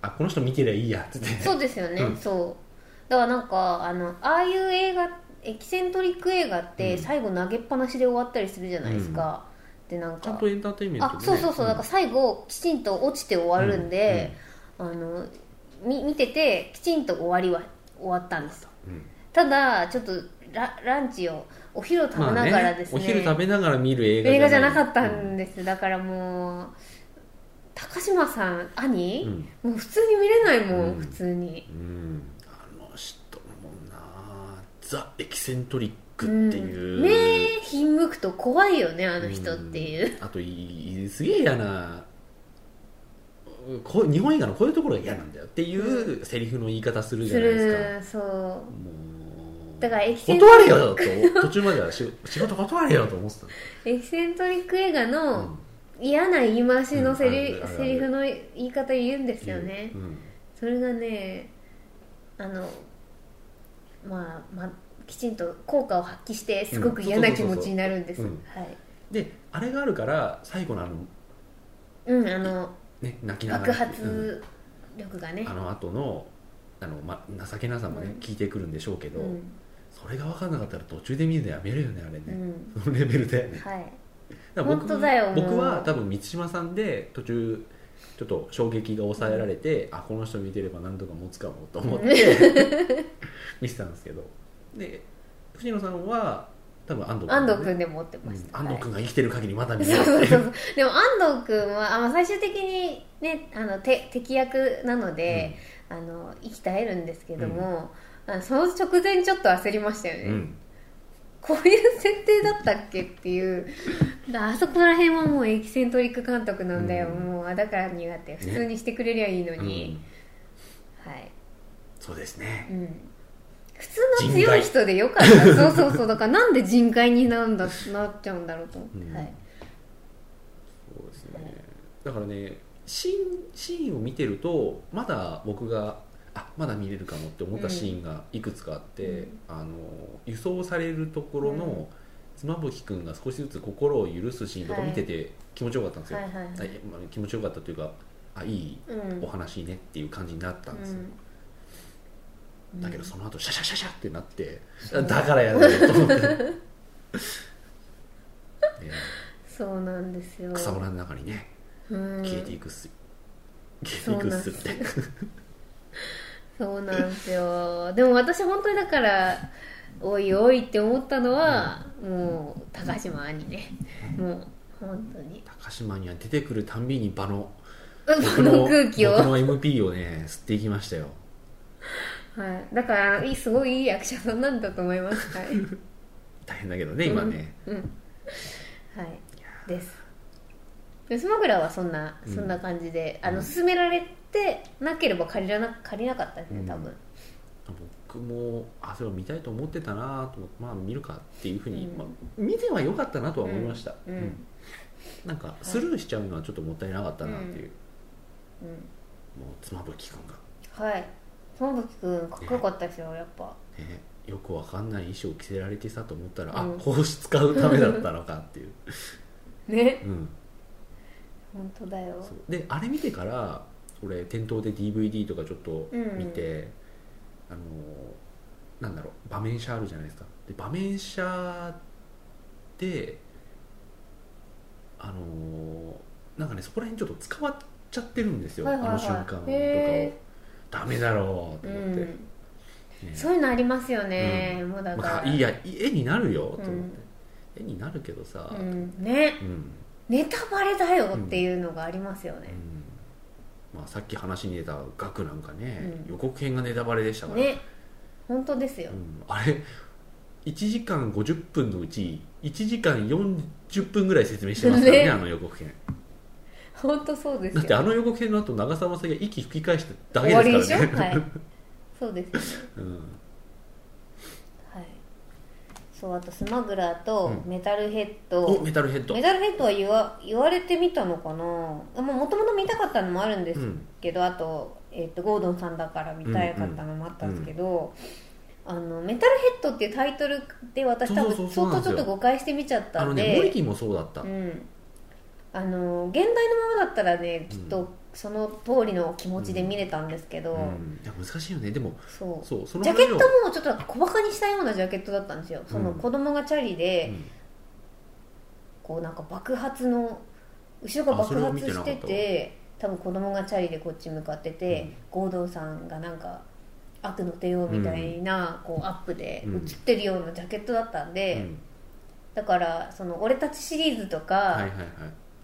Speaker 1: あこの人見てりゃいいやっつって
Speaker 2: そうですよね、
Speaker 1: うん
Speaker 2: そうだからなんかあのああいう映画エキセントリック映画って
Speaker 1: うん
Speaker 2: 最後投げっぱなしで終わったりするじゃないですか、でなん
Speaker 1: ちゃん
Speaker 2: か
Speaker 1: とエンターテインメントで
Speaker 2: あ
Speaker 1: ね、
Speaker 2: そうそうそう、だから最後きちんと落ちて終わるんで、あのみ見ててきちんと終わりは終わったんです
Speaker 1: うん、うん
Speaker 2: ただちょっとラランチをお昼を食べながらですね,、
Speaker 1: お昼食べながら見る映画
Speaker 2: 映画じゃなかった
Speaker 1: うん
Speaker 2: んです、だからもう高島さん
Speaker 1: う
Speaker 2: 兄、
Speaker 1: ん
Speaker 2: もう普通に見れないもん、
Speaker 1: うん
Speaker 2: 普通に
Speaker 1: うんあの人もなザ・エキセントリックっていう、
Speaker 2: うんねえひんむくと怖いよねあの人っていう、
Speaker 1: んあといいすげえ嫌なうんこう日本映画のこういうところが嫌なんだよっていうセリフの言い方するじ
Speaker 2: す
Speaker 1: ゃないですか、
Speaker 2: るそう
Speaker 1: もう
Speaker 2: だからエキセント
Speaker 1: 断れよと途中までは仕仕事断れよと思ってた
Speaker 2: エキセントリック映画
Speaker 1: の
Speaker 2: の嫌な言い回しのセリ,、
Speaker 1: うんあるあるある
Speaker 2: セリフの言い方言うんですよね、
Speaker 1: うんうん
Speaker 2: それがねあのまあ、まあ、きちんと効果を発揮してすごく嫌な気持ちになるんです、
Speaker 1: うんそう
Speaker 2: はい
Speaker 1: であれがあるから最後のあの、
Speaker 2: うんあの
Speaker 1: ね、泣きなが
Speaker 2: 爆
Speaker 1: ら
Speaker 2: 発力が
Speaker 1: う
Speaker 2: ね
Speaker 1: んあの後のあの、ま、情けなさもね、
Speaker 2: うん
Speaker 1: 聞いてくるんでしょうけ
Speaker 2: う
Speaker 1: ど、
Speaker 2: ん、
Speaker 1: それが分かんなかったら途中で見るのやめるよねあれ
Speaker 2: う
Speaker 1: ね、
Speaker 2: ん、
Speaker 1: そのレベルで
Speaker 2: はい
Speaker 1: だから僕
Speaker 2: 本当だよもう
Speaker 1: 僕は多分満島さんで途中ちょっと衝撃が抑えられて、あこの人見てれば何とか持つかもと思って 見てたんですけどで藤野さんは多分安藤
Speaker 2: 安藤
Speaker 1: 君
Speaker 2: 君でも持ってました、
Speaker 1: 安藤
Speaker 2: はい
Speaker 1: 君が生きてる限りまだ見
Speaker 2: そう
Speaker 1: る
Speaker 2: そうそうでも安藤君はあまあ最終的にねあのて敵役なので、あの生き絶えるんですけども、あのその直前ちょっと焦りましたよね、
Speaker 1: うん
Speaker 2: こういう設定だったっけっていうだあそこら辺はもうエキセントリック監督なんだよ、
Speaker 1: うん
Speaker 2: もうあだから苦手普通にしてくれりゃいいの
Speaker 1: う
Speaker 2: に、
Speaker 1: ん
Speaker 2: はい、
Speaker 1: そうですね
Speaker 2: うん、普通の強い人でよかったそうそうそうだからなんで人海になんだなっちゃうんだろうと思って、
Speaker 1: うん
Speaker 2: はい、
Speaker 1: そうですねだからねシーンシーンを見てるとまだ僕があまだ見れるかもって思ったシーンがいくつかあって、
Speaker 2: うん
Speaker 1: あの輸送されるところの妻夫木君が少しずつ心を許すシーンとか見てて気持ちよかったんですよ、
Speaker 2: はいはいはい
Speaker 1: あいやまあ気持ちよかったというかあいい
Speaker 2: うん
Speaker 1: お話ねっていう感じになったんですよ、
Speaker 2: うん
Speaker 1: だけどその後シャシャシャシャってなって、
Speaker 2: そう
Speaker 1: だからやだよと思って いや
Speaker 2: そうなんですよ
Speaker 1: 草むらの中にね
Speaker 2: うん
Speaker 1: 消えていくっすよ、消えていくっすって
Speaker 2: そうなんですよでも私本当にだからおいおいって思ったのは、もう高島兄ねもう本当に
Speaker 1: 高島には出てくるたんびに場 の
Speaker 2: この空気を、
Speaker 1: 僕
Speaker 2: は
Speaker 1: の MP をね吸っていきましたよ
Speaker 2: い、だからいいすごいいい役者さんなんだと思いますはい、
Speaker 1: 大変だけどね今ね、
Speaker 2: うん、はいですでスマグラーはそんな
Speaker 1: うん
Speaker 2: そんな感じで、あ
Speaker 1: う
Speaker 2: の
Speaker 1: ん
Speaker 2: 勧められてなければ借りらな借りなかったですね多分、
Speaker 1: 僕もあそれを見たいと思ってたなと思ってまあ見るかっていうふうに、
Speaker 2: うん
Speaker 1: まあ、見てはよかったなとは思いました、
Speaker 2: うんうん
Speaker 1: なんかスルーしちゃうのはちょっともったいなかったなっていう、
Speaker 2: うん
Speaker 1: もう妻夫木君が、
Speaker 2: はい友吹くんかっこよかったですよやっぱ
Speaker 1: ね、よくわかんない衣装を着せられてさと思ったら、
Speaker 2: うん
Speaker 1: あ帽子使うためだったのかっていう、
Speaker 2: ね
Speaker 1: うん、
Speaker 2: 本当だよ
Speaker 1: そうであれ見てから俺店頭で DVD とかちょっと見て、あのなんだろう場面写あるじゃないですかで場面写であのなんかねそこら辺ちょっと使っちゃってるんですよ、
Speaker 2: はいはいはい
Speaker 1: あの瞬間とかを、
Speaker 2: へ
Speaker 1: ダメだろう
Speaker 2: う
Speaker 1: と思って、
Speaker 2: ん
Speaker 1: ね
Speaker 2: そういうのありますよね、もうだから、
Speaker 1: まあいいや絵になるよと思って、
Speaker 2: うん
Speaker 1: 絵になるけどさ、
Speaker 2: うん、ね
Speaker 1: うん
Speaker 2: ネタバレだよっていうのがありますよね、
Speaker 1: うんまあ、さっき話に出た額なんかね、
Speaker 2: うん
Speaker 1: 予告編がネタバレでしたから、
Speaker 2: ね本当ですよ
Speaker 1: う、ん、あれ1時間50分のうち1時間40分ぐらい説明してますからね
Speaker 2: ね
Speaker 1: あの予告編
Speaker 2: 本当そうです
Speaker 1: だ
Speaker 2: よ
Speaker 1: ってあの予告編の後長澤まさみが息吹き返しただ
Speaker 2: 終わ
Speaker 1: け
Speaker 2: り
Speaker 1: で
Speaker 2: ですし
Speaker 1: か
Speaker 2: ょ、
Speaker 1: らね
Speaker 2: はい、 そうですよね、
Speaker 1: うん
Speaker 2: はい、そうあとスマグラーと
Speaker 1: うん
Speaker 2: メタルヘッ
Speaker 1: お
Speaker 2: ド、
Speaker 1: メタルヘッド
Speaker 2: メタルヘッドは言わ言われてみたのかなもともと見たかったのもあるんです
Speaker 1: うん
Speaker 2: けど、あと,、えっとゴードンさんだから見たいかったのもあったんですけど、あのメタルヘッドっていうタイトルで私多
Speaker 1: そう
Speaker 2: 分
Speaker 1: そうそうそう
Speaker 2: 相
Speaker 1: な
Speaker 2: 当
Speaker 1: んです
Speaker 2: ち
Speaker 1: よ
Speaker 2: ょっと誤解してみちゃった
Speaker 1: あの
Speaker 2: ん
Speaker 1: ね
Speaker 2: で
Speaker 1: モリキンもそうだった、
Speaker 2: うん、あの現代のままだったらねきっ
Speaker 1: う
Speaker 2: とその通りの気持ちで見れたんですけど、
Speaker 1: うんいや難しいよねでも
Speaker 2: そう
Speaker 1: そうその
Speaker 2: ジャケット
Speaker 1: を
Speaker 2: もちょっと小バカにしたようなジャケットだったんですよその
Speaker 1: うん
Speaker 2: 子供がチャリ
Speaker 1: う
Speaker 2: で、
Speaker 1: ん
Speaker 2: こうなんか爆発の後ろが
Speaker 1: あそれ
Speaker 2: 爆
Speaker 1: は見
Speaker 2: 発
Speaker 1: てなか
Speaker 2: し
Speaker 1: った
Speaker 2: てて多分子供がチャリでこっち向かってて、ゴードンさんがなんか悪の帝王みたいな、こうアップで
Speaker 1: うん
Speaker 2: 映ってるようなジャケットだったんで、
Speaker 1: うん
Speaker 2: だからその「俺たち」シリーズとか、
Speaker 1: はいはいはい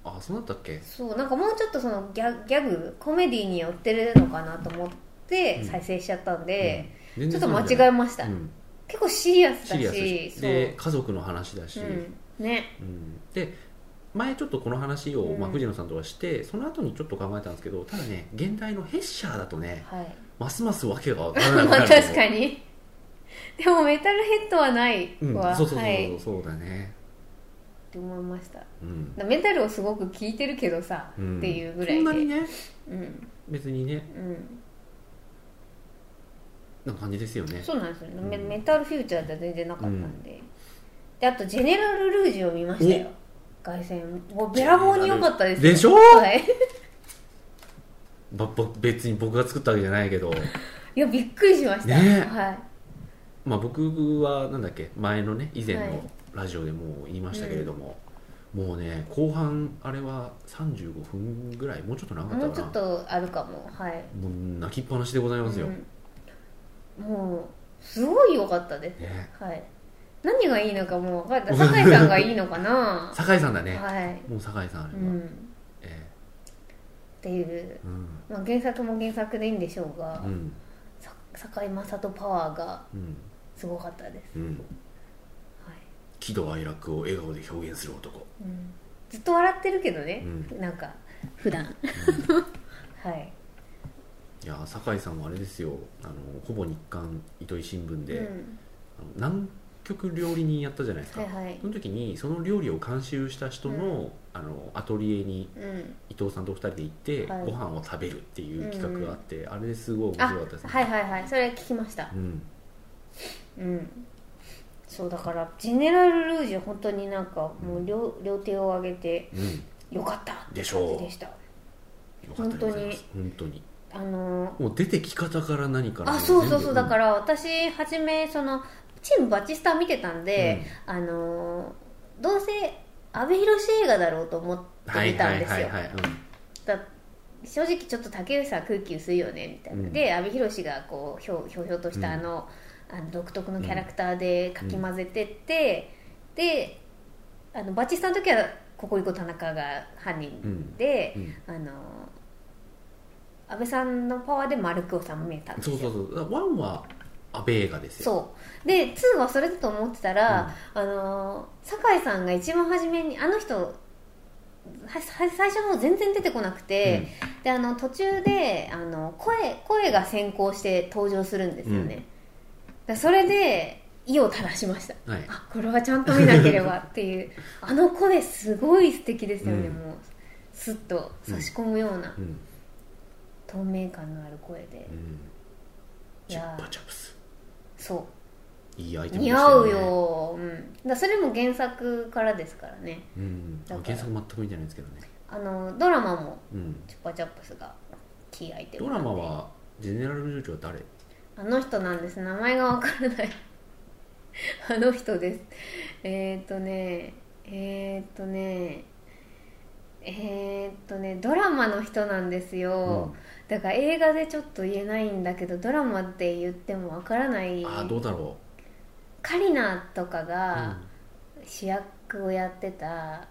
Speaker 1: あそうだったっけ
Speaker 2: そうなんかもうちょっとそのギャギャグコメディに寄ってるのかなと思って
Speaker 1: うん
Speaker 2: 再生しちゃったんで、
Speaker 1: うん
Speaker 2: ちょっ
Speaker 1: 全然
Speaker 2: と
Speaker 1: そうなんじゃ
Speaker 2: 間違え
Speaker 1: ない
Speaker 2: ました、
Speaker 1: うん
Speaker 2: 結構シリアスだ
Speaker 1: シリアス
Speaker 2: し
Speaker 1: で
Speaker 2: そう
Speaker 1: で家族の話だし、
Speaker 2: うん、ね
Speaker 1: うんで前ちょっとこの話を、まあ、
Speaker 2: うん
Speaker 1: 藤野さんとはして、その後にちょっと考えたんですけどただね現代のヘッシャーだとね
Speaker 2: はい
Speaker 1: ますますわけがわからな く
Speaker 2: ま
Speaker 1: な
Speaker 2: あ
Speaker 1: ると思う
Speaker 2: 確かにでもメタルヘッドはない
Speaker 1: うん、
Speaker 2: は、
Speaker 1: そうそうそうそう、
Speaker 2: はいっ
Speaker 1: そうだね
Speaker 2: て思いましただか
Speaker 1: うん、
Speaker 2: らメタルをすごく聞いてるけどさ、
Speaker 1: うん
Speaker 2: っていうぐらいで
Speaker 1: そんなにね
Speaker 2: うん
Speaker 1: 別にね
Speaker 2: うん、
Speaker 1: な感じですよね
Speaker 2: そうなんですよね、
Speaker 1: ん
Speaker 2: メメタルフューチャーでは全然なかったんで、であとジェネラル・ルージュを見ましたよ凱旋もうべらぼうに良かったですよ
Speaker 1: でしょ
Speaker 2: はい
Speaker 1: ばぼ別に僕が作ったわけじゃないけど
Speaker 2: いやびっくりしました、
Speaker 1: ね
Speaker 2: はい
Speaker 1: まあ僕はなんだっけ前のね以前
Speaker 2: はい
Speaker 1: のラジオでもう言いましたけれども、もうね後半あれは35分ぐらいもうちょっと長かったか
Speaker 2: も
Speaker 1: な
Speaker 2: うちょっとあるかもはい
Speaker 1: もう泣きっぱなしでございますよ、
Speaker 2: うんもうすごい良かったです、
Speaker 1: ね
Speaker 2: はい何がいいのかもう分かった酒井さんがいいのかな
Speaker 1: 酒井さんだね、
Speaker 2: はい、
Speaker 1: もう酒井さんあれ
Speaker 2: う
Speaker 1: は、
Speaker 2: ん、っ
Speaker 1: え
Speaker 2: ていう
Speaker 1: え、うん
Speaker 2: まあ、原作も原作でいいんでしょうが、
Speaker 1: うん
Speaker 2: さ堺井雅人パワーが
Speaker 1: うん
Speaker 2: すごかったです、
Speaker 1: うん
Speaker 2: はい
Speaker 1: 喜怒哀楽を笑顔で表現する男
Speaker 2: うん、ずっと笑ってるけどね、
Speaker 1: う
Speaker 2: なんか普段 はい、
Speaker 1: いや酒井さんはあれですよあのほぼ日刊糸井新聞で、
Speaker 2: うん、
Speaker 1: あの南極料理人やったじゃないですか、
Speaker 2: はいはい
Speaker 1: その時にその料理を監修した人の,、あのアトリエに
Speaker 2: うん
Speaker 1: 伊藤さんと二人で行って、
Speaker 2: はい
Speaker 1: ご飯を食べるっていう企画があって、あれですごい
Speaker 2: あ
Speaker 1: 面白かったですね
Speaker 2: はいはいはいそれ聞きました
Speaker 1: うん
Speaker 2: うんそうだからジェネラル・ルージュ本当になんかもう両両手を上げて
Speaker 1: うん、
Speaker 2: よかったって
Speaker 1: でしょう
Speaker 2: 感じでした
Speaker 1: よかったでございます本当に
Speaker 2: あのー
Speaker 1: もう出てき方から何から
Speaker 2: あそうそうそうだからら私初めそのチームバチスタ見てたんで、あのーどうせ阿部寛映画だろうと思って見たんですよ、
Speaker 1: はいはいはいはい
Speaker 2: だ正直ちょっと竹内さん空気薄いよねみたいな、
Speaker 1: うん
Speaker 2: で阿部寛がこうひょひょうひょうとしたあの,、あの独特のキャラクターでかき混ぜてって、であのバチスタの時はココリコ田中が犯人で、
Speaker 1: うん
Speaker 2: あの安倍さんのパワーで丸く収めたん
Speaker 1: うん、
Speaker 2: です
Speaker 1: そ
Speaker 2: よ
Speaker 1: うそうそうだからワンは安倍映画ですよ
Speaker 2: そうで2はそれだと思ってたら、あのー酒井さんが一番初めにあの人はは最初の方全然出てこなくて、であの途中であの声声が先行して登場するんですよね、
Speaker 1: う
Speaker 2: だそれで意を垂らしました
Speaker 1: はい
Speaker 2: あこれはちゃんと見なければっていう あの声すごい素敵ですよね、
Speaker 1: うん
Speaker 2: もうスッと差し込むような
Speaker 1: うん
Speaker 2: 透明感のある声で、
Speaker 1: うん
Speaker 2: い
Speaker 1: チ
Speaker 2: や
Speaker 1: ッ
Speaker 2: ー
Speaker 1: パチャプス
Speaker 2: そう
Speaker 1: いいアイテムで
Speaker 2: 似
Speaker 1: した
Speaker 2: 合
Speaker 1: よ
Speaker 2: う
Speaker 1: ね
Speaker 2: よ、うん、だそれも原作からですからね
Speaker 1: うん、あ
Speaker 2: だから
Speaker 1: 原作全く見てないんですけどね、
Speaker 2: あのドラマも
Speaker 1: うん、
Speaker 2: チュッパチャップスがキーアイテム
Speaker 1: ド
Speaker 2: なん
Speaker 1: ラ
Speaker 2: で
Speaker 1: マはジェネラル・ルージュは誰
Speaker 2: あの人なんです名前がわからないあの人ですえーっ、とねえーっ、とねえーっ、とねドラマの人なんですよ、だから映画でちょっと言えないんだけどドラマって言ってもわからない
Speaker 1: ああどうだろ
Speaker 2: カリナとか
Speaker 1: う、
Speaker 2: が、主役をやってた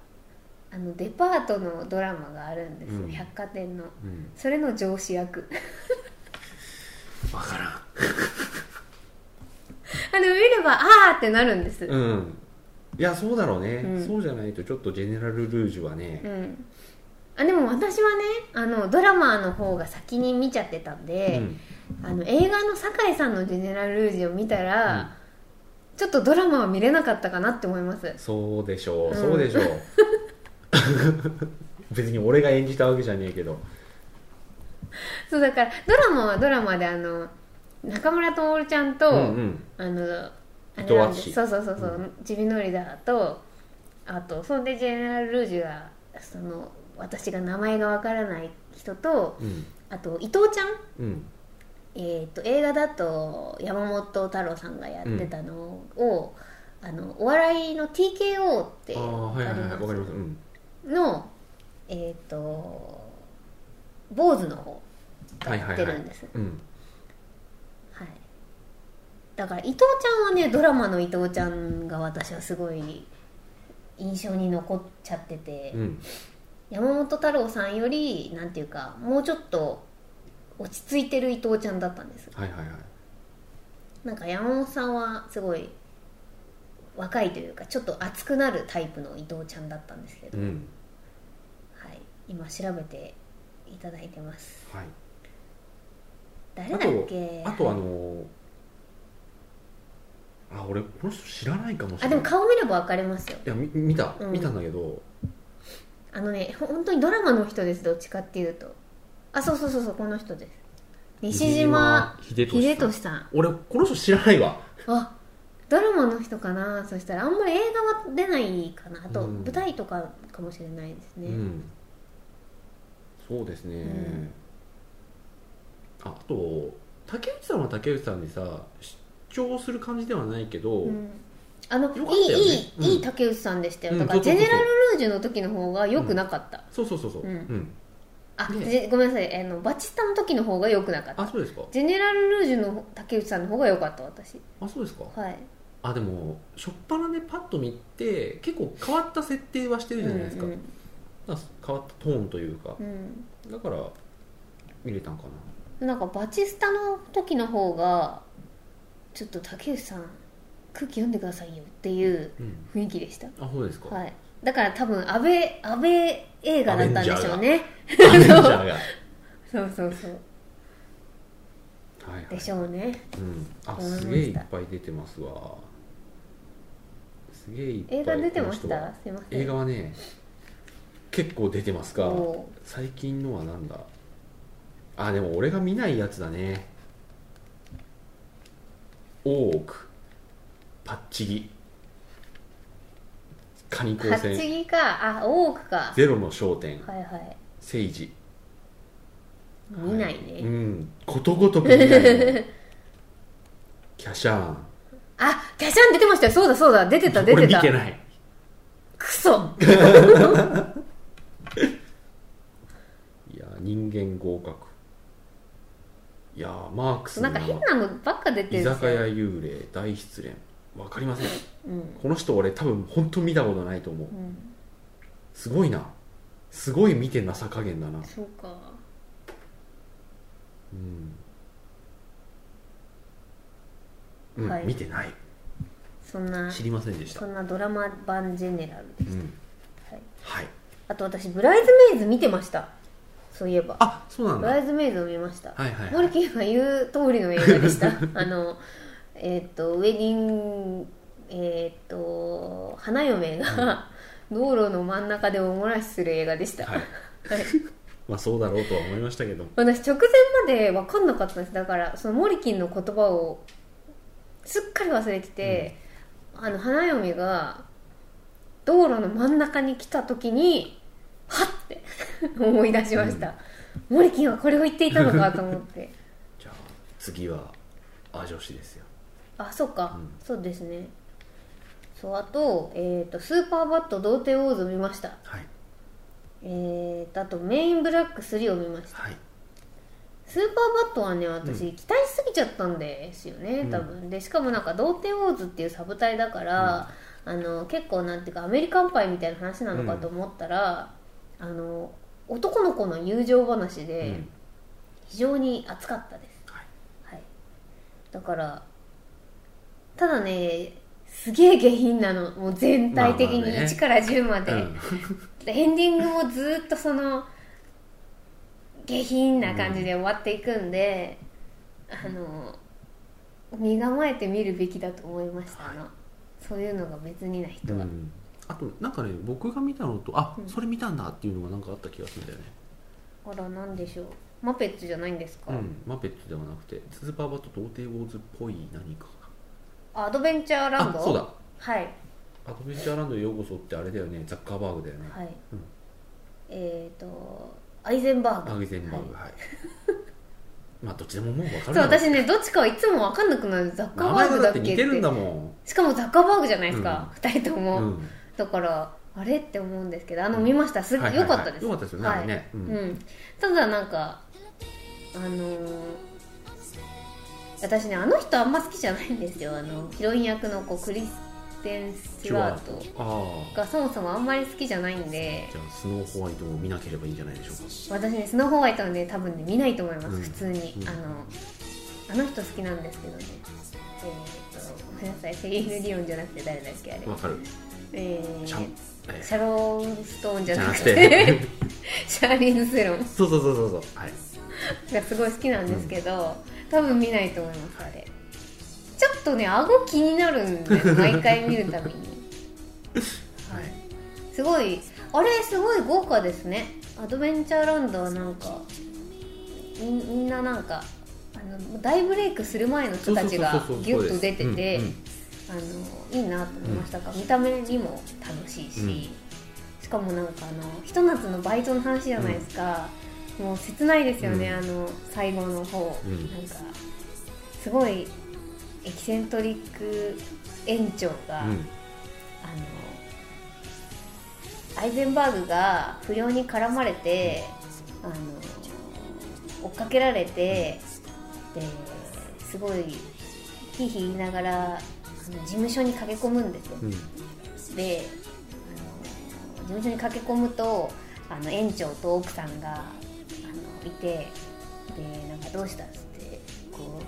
Speaker 2: あのデパートのドラマがあるんですよ、
Speaker 1: うん
Speaker 2: 百貨店の
Speaker 1: うんうん、
Speaker 2: それの上司 役
Speaker 1: 分からん
Speaker 2: あでも見ればああってなるんですうん、
Speaker 1: うんいやそうだろうね、
Speaker 2: うん
Speaker 1: そうじゃないとちょっとジェネラル・ルージュはね、
Speaker 2: あでも私はねあのドラマの方が先に見ちゃってたん
Speaker 1: う
Speaker 2: で、
Speaker 1: ん
Speaker 2: あの映画の酒井さんの「ジェネラル・ルージュ」を見たら、ちょっとドラマは見れなかったかなって思います
Speaker 1: そうでしょう、
Speaker 2: うん
Speaker 1: そうでしょう 別に俺が演じたわけじゃねえけど
Speaker 2: そうだからドラマはドラマであの中村徹ちゃんと、
Speaker 1: うんうん
Speaker 2: あのあれ
Speaker 1: 伊藤
Speaker 2: なん
Speaker 1: 敦
Speaker 2: です
Speaker 1: 史
Speaker 2: そうそうそうそううちびのりだとあとそんでジェネラル・ルージュがその私が名前がわからない人と
Speaker 1: うん
Speaker 2: あと伊藤ちゃん、
Speaker 1: うん
Speaker 2: えー、と映画だと山本太郎さんがやってたのを、あのお笑いの TKO って
Speaker 1: ああはいはいはい
Speaker 2: わ
Speaker 1: わかりますうん
Speaker 2: のえっ、と坊主の方がやってるんです、
Speaker 1: うん
Speaker 2: はい、だから伊藤ちゃんはねドラマの伊藤ちゃんが私はすごい印象に残っちゃってて、
Speaker 1: うん
Speaker 2: 山本太郎さんよりなんていうかもうちょっと落ち着いてる伊藤ちゃんだったんです
Speaker 1: はいはいはい
Speaker 2: なんか山本さんはすごい若いというかちょっと熱くなるタイプの伊藤ちゃんだったんですけど、
Speaker 1: うん
Speaker 2: はい、今調べていただいてます
Speaker 1: はい
Speaker 2: 誰だっけ
Speaker 1: あとあのーあ俺この人知らないかもし
Speaker 2: あで
Speaker 1: れない
Speaker 2: も顔見れば分かりますよ
Speaker 1: いやみ見た、
Speaker 2: うん
Speaker 1: 見たんだけど
Speaker 2: あのね、ほ本当にドラマの人です、どっちかっていうと。あ、そうそうそうそう、この人です。西島
Speaker 1: 西秀俊
Speaker 2: 秀
Speaker 1: さん
Speaker 2: 俊さん。
Speaker 1: 俺この人知らないわ
Speaker 2: あ、ドラマの人かな、そしたら、あんまり映画は出ないかな、あと、
Speaker 1: うん
Speaker 2: 舞台とかかもしれないですね。
Speaker 1: うん、そうですね、
Speaker 2: うん
Speaker 1: ああと竹内さんは竹内さんにさ主張する感じではないけど、
Speaker 2: うんあの、
Speaker 1: よかっ
Speaker 2: いい
Speaker 1: たよね、
Speaker 2: いい、
Speaker 1: うん
Speaker 2: いい竹内さんでしたよ。
Speaker 1: うん
Speaker 2: だから、
Speaker 1: そ
Speaker 2: ジ
Speaker 1: う
Speaker 2: ェ
Speaker 1: そ
Speaker 2: ネ
Speaker 1: うそうそう
Speaker 2: ラルルージュの時の方が良くなかった。
Speaker 1: そうそうそうそう、
Speaker 2: うん
Speaker 1: うん
Speaker 2: あ、
Speaker 1: ね
Speaker 2: ジェごめんなさい、あの、バチスタの時の方が良くなかった。
Speaker 1: あそうですか
Speaker 2: ジェネラルルージュの竹内さんの方が良かった、私。
Speaker 1: あそうですか
Speaker 2: はい。
Speaker 1: あでも初っ端でパッと見て結構変わった設定はしてるじゃないですか,、
Speaker 2: うんうん
Speaker 1: 変わったトーンというか
Speaker 2: うん
Speaker 1: だから見れたんかな
Speaker 2: なんかバチスタの時の方がちょっと竹内さん空気読んでくださいよっていう
Speaker 1: うん
Speaker 2: 雰囲気でした、
Speaker 1: あそうですか、
Speaker 2: はい、だから多分安倍安倍映画だったんでしょうね
Speaker 1: アベン ジャーがはい
Speaker 2: そうそうそう
Speaker 1: はい
Speaker 2: でしょうね
Speaker 1: うん、あ
Speaker 2: 思いました
Speaker 1: すげえいっぱい出てますわすげえいっぱい
Speaker 2: 映画出てまし
Speaker 1: この人
Speaker 2: た
Speaker 1: は
Speaker 2: すいません
Speaker 1: 映画はね結構出てますが
Speaker 2: お
Speaker 1: 最近のはなんだあでも俺が見ないやつだね大奥パッチギカニ光
Speaker 2: 八
Speaker 1: 線
Speaker 2: 木かあ多くか
Speaker 1: ゼロの焦点
Speaker 2: はいはい
Speaker 1: 政治
Speaker 2: 見ない
Speaker 1: は
Speaker 2: ね、
Speaker 1: うんことごとく見な いねキャシャーン
Speaker 2: あキャシャン出てましたよそうだそうだ出てた出
Speaker 1: 俺
Speaker 2: て
Speaker 1: 見
Speaker 2: た
Speaker 1: てない
Speaker 2: クソ
Speaker 1: いや人間合格いやマークス
Speaker 2: なんか変なのばっか出て
Speaker 1: 居
Speaker 2: るんです
Speaker 1: 酒
Speaker 2: よ
Speaker 1: 屋幽霊大失恋わかりません
Speaker 2: うん
Speaker 1: この人俺多分本当見たことないと思う
Speaker 2: うん
Speaker 1: すごいなすごい見てなさ加減だな
Speaker 2: そうか
Speaker 1: うん、うん
Speaker 2: はい
Speaker 1: 見てない
Speaker 2: そんな
Speaker 1: 知りませんでした
Speaker 2: そんなドラマ版ジェネラルで
Speaker 1: う
Speaker 2: した、
Speaker 1: ん
Speaker 2: はい、
Speaker 1: はい
Speaker 2: あと私ブライズメイズ見てましたそういえば
Speaker 1: あそうなん
Speaker 2: ブラ
Speaker 1: だはい
Speaker 2: イズメイズを見ました、
Speaker 1: はいはい
Speaker 2: モルキーが言う通りの映画でした あのえーっとウェディングえーっと花嫁が、 道路の真ん中でおもらしする映画でした、
Speaker 1: はい
Speaker 2: はい
Speaker 1: まあそうだろうとは思いましたけど
Speaker 2: 私直前まで分かんなかったんですだからそのモリキンの言葉をすっかり忘れてて、あの花嫁が道路の真ん中に来た時にはっって 思い出しました、モリキンはこれを言っていたのかと思って
Speaker 1: じゃあ次はあ女子ですよ
Speaker 2: あそうか、
Speaker 1: うん
Speaker 2: そうですねそうあと,、えー、とスーパーバット童貞ウォーズ見ました
Speaker 1: はい
Speaker 2: えー、とあとメインブラック3を見ました
Speaker 1: はい
Speaker 2: スーパーバットはね私期待しすぎちゃったんですよね、
Speaker 1: うん
Speaker 2: 多分でしかもなんか「童貞ウォーズ」っていうサブ隊だから、あの結構なんていうかアメリカンパイみたいな話なのかと思ったら、あの男の子の友情話
Speaker 1: う
Speaker 2: で
Speaker 1: ん
Speaker 2: 非常に熱かったです、
Speaker 1: はい
Speaker 2: はい、だからただねすげえ下品なのもう全体的に
Speaker 1: まあまあね
Speaker 2: 1から10まで、
Speaker 1: うん
Speaker 2: でエンディングもずーっとその下品な感じで終わっていくんで、あの身構えて見るべきだと思いましたの、
Speaker 1: は
Speaker 2: そういうのが別にな人
Speaker 1: う
Speaker 2: は、
Speaker 1: んあとなんかね僕が見たのとあ、
Speaker 2: うん
Speaker 1: それ見たんだっていうのがなんかあった気がするんだよね、
Speaker 2: あらなんでしょうマペットじゃないんですか、
Speaker 1: うん、マペットではなくてスーパーバット童貞ウォーズっぽい何か
Speaker 2: アドベンチャーランド
Speaker 1: あそうだ
Speaker 2: はい
Speaker 1: アドベンチャーランドへようこそってあれだよねザッカーバーグだよね
Speaker 2: はい、
Speaker 1: うん
Speaker 2: えっ、とアイゼンバーグ
Speaker 1: アグゼンバーグはい、 まあどっちでももう分か
Speaker 2: そ
Speaker 1: る
Speaker 2: う
Speaker 1: だろ
Speaker 2: 私ねどっちかはいつも分かんなくなるザッカ
Speaker 1: 名
Speaker 2: ーバ
Speaker 1: 前
Speaker 2: ー
Speaker 1: が
Speaker 2: グ
Speaker 1: だ
Speaker 2: だ
Speaker 1: っ
Speaker 2: っけ
Speaker 1: て
Speaker 2: っ
Speaker 1: 似
Speaker 2: て
Speaker 1: てるんだも
Speaker 2: しかもザッカーバーグじゃないですか、二人と
Speaker 1: ん、
Speaker 2: も、
Speaker 1: うん、
Speaker 2: だからあれって思うんですけどあの見ましたす
Speaker 1: はいはいはい
Speaker 2: 良かったです
Speaker 1: 良かったですよね
Speaker 2: はい
Speaker 1: あれねう
Speaker 2: うんんただなんかあのー私ねあの人あんま好きじゃないんですよあのヒロイン役のこうクリステン・スチュワート
Speaker 1: ああ
Speaker 2: がそもそもあんまり好きじゃないんで
Speaker 1: じゃあスノーホワイトも見なければいいんじゃないでしょうか
Speaker 2: 私ねスノーホワイトはね多分ね見ないと思います、
Speaker 1: うん
Speaker 2: 普通に、
Speaker 1: うん
Speaker 2: あのあの人好きなんですけどねえー、っとごめんなさいセリーヌ・ディオンじゃなくて誰だっけあれ
Speaker 1: わかる
Speaker 2: え
Speaker 1: シャン
Speaker 2: ー、
Speaker 1: え
Speaker 2: シャロン・ストーンじ
Speaker 1: じ
Speaker 2: ゃ
Speaker 1: ゃ
Speaker 2: な
Speaker 1: な
Speaker 2: く
Speaker 1: く
Speaker 2: て
Speaker 1: て
Speaker 2: シャーリーズ・セロン
Speaker 1: そうそうそうそうそうはい
Speaker 2: がすごい好きなんですけど、多分見ないと思いますあれちょっとね顎気になるん です毎回見るたびに
Speaker 1: はい
Speaker 2: すごいあれすごい豪華ですねアドベンチャーランドはなんかみみんななんかあの大ブレイクする前の人たちが
Speaker 1: そうそうそうそう
Speaker 2: ギュッと出て
Speaker 1: そうで
Speaker 2: て
Speaker 1: すうんうん
Speaker 2: あのいいなと思いましたが、見た目にも楽しいし、
Speaker 1: うん
Speaker 2: しかもなんかあのひと夏のバイトの話じゃないですか、もう切ないですよね、
Speaker 1: うん
Speaker 2: あの最後の方、
Speaker 1: うん
Speaker 2: なんかすごいエキセントリック園長が、
Speaker 1: うん
Speaker 2: あのアイゼンバーグが不良に絡まれて、あの追っかけられて、ですごいひいひい言いながらあの事務所に駆け込むんですよ、
Speaker 1: うん
Speaker 2: であの事務所に駆け込むとあの園長と奥さんがあのいてでなんかどうしたっつってこ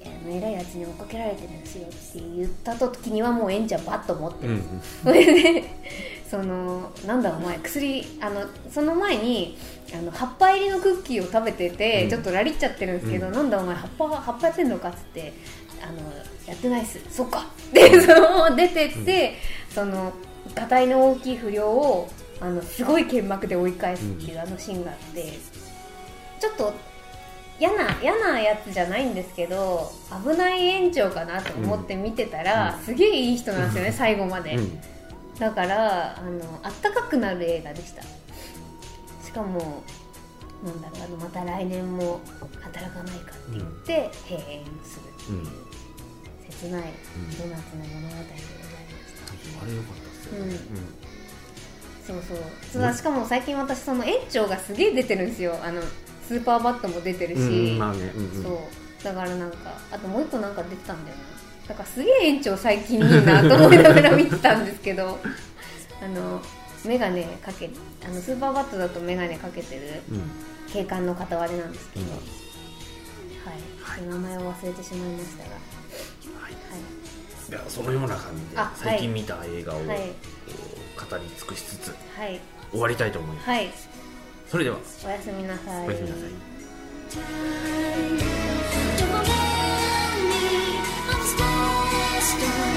Speaker 2: ういやあの偉いやつに追っかけられてるんですよって言った時にはもう園長はバッと持って
Speaker 1: う
Speaker 2: る、
Speaker 1: ん
Speaker 2: それでそのなんだお前薬あのその前にあの葉っぱ入りのクッキーを食べてて、
Speaker 1: うん
Speaker 2: ちょっとラリっちゃってるんですけど、
Speaker 1: うん
Speaker 2: なんだお前葉っぱ葉っぱやってんのかっつってあのやってないっすそっかでその出てって、そのがたいの大きい不良をあのすごい剣幕で追い返すっていう、あのシーンがあってちょっと嫌な嫌なやつじゃないんですけど危ない園長かなと思って見てたら、
Speaker 1: う
Speaker 2: すげえいい人なんですよね、最後まで、
Speaker 1: うん
Speaker 2: だからあのあったかくなる映画でしたしかもなんだろうあのまた来年も働かないかって言って閉園するっていう、
Speaker 1: うん
Speaker 2: 切ない
Speaker 1: うん
Speaker 2: ドーナツの物語でございました、
Speaker 1: あれ良かったですよね、
Speaker 2: そうそうそうだしかも最近私その園長がすげえ出てるんですよあのスーパーバットも出てるし、
Speaker 1: うんうんまあね、うんうん、
Speaker 2: そうだからなんかあともう一個なんか出てたんだよなだからすげえ園長最近いいなと思いながら見てたんですけ どあの眼鏡かけあのスーパーバットだと眼鏡かけてる
Speaker 1: うん
Speaker 2: 警官の片割れなんですけど、
Speaker 1: うん
Speaker 2: はい、名前を忘れてしまいましたが、
Speaker 1: は
Speaker 2: は
Speaker 1: い
Speaker 2: い
Speaker 1: やそのような感じで
Speaker 2: あはい
Speaker 1: 最近見た映画を、
Speaker 2: い、はい
Speaker 1: えー語り尽くしつつ
Speaker 2: はい
Speaker 1: 終わりたいと思います、
Speaker 2: はい
Speaker 1: それでは
Speaker 2: おやすみなさい
Speaker 1: おやすみなさい、
Speaker 3: Don't forget me, I'm special.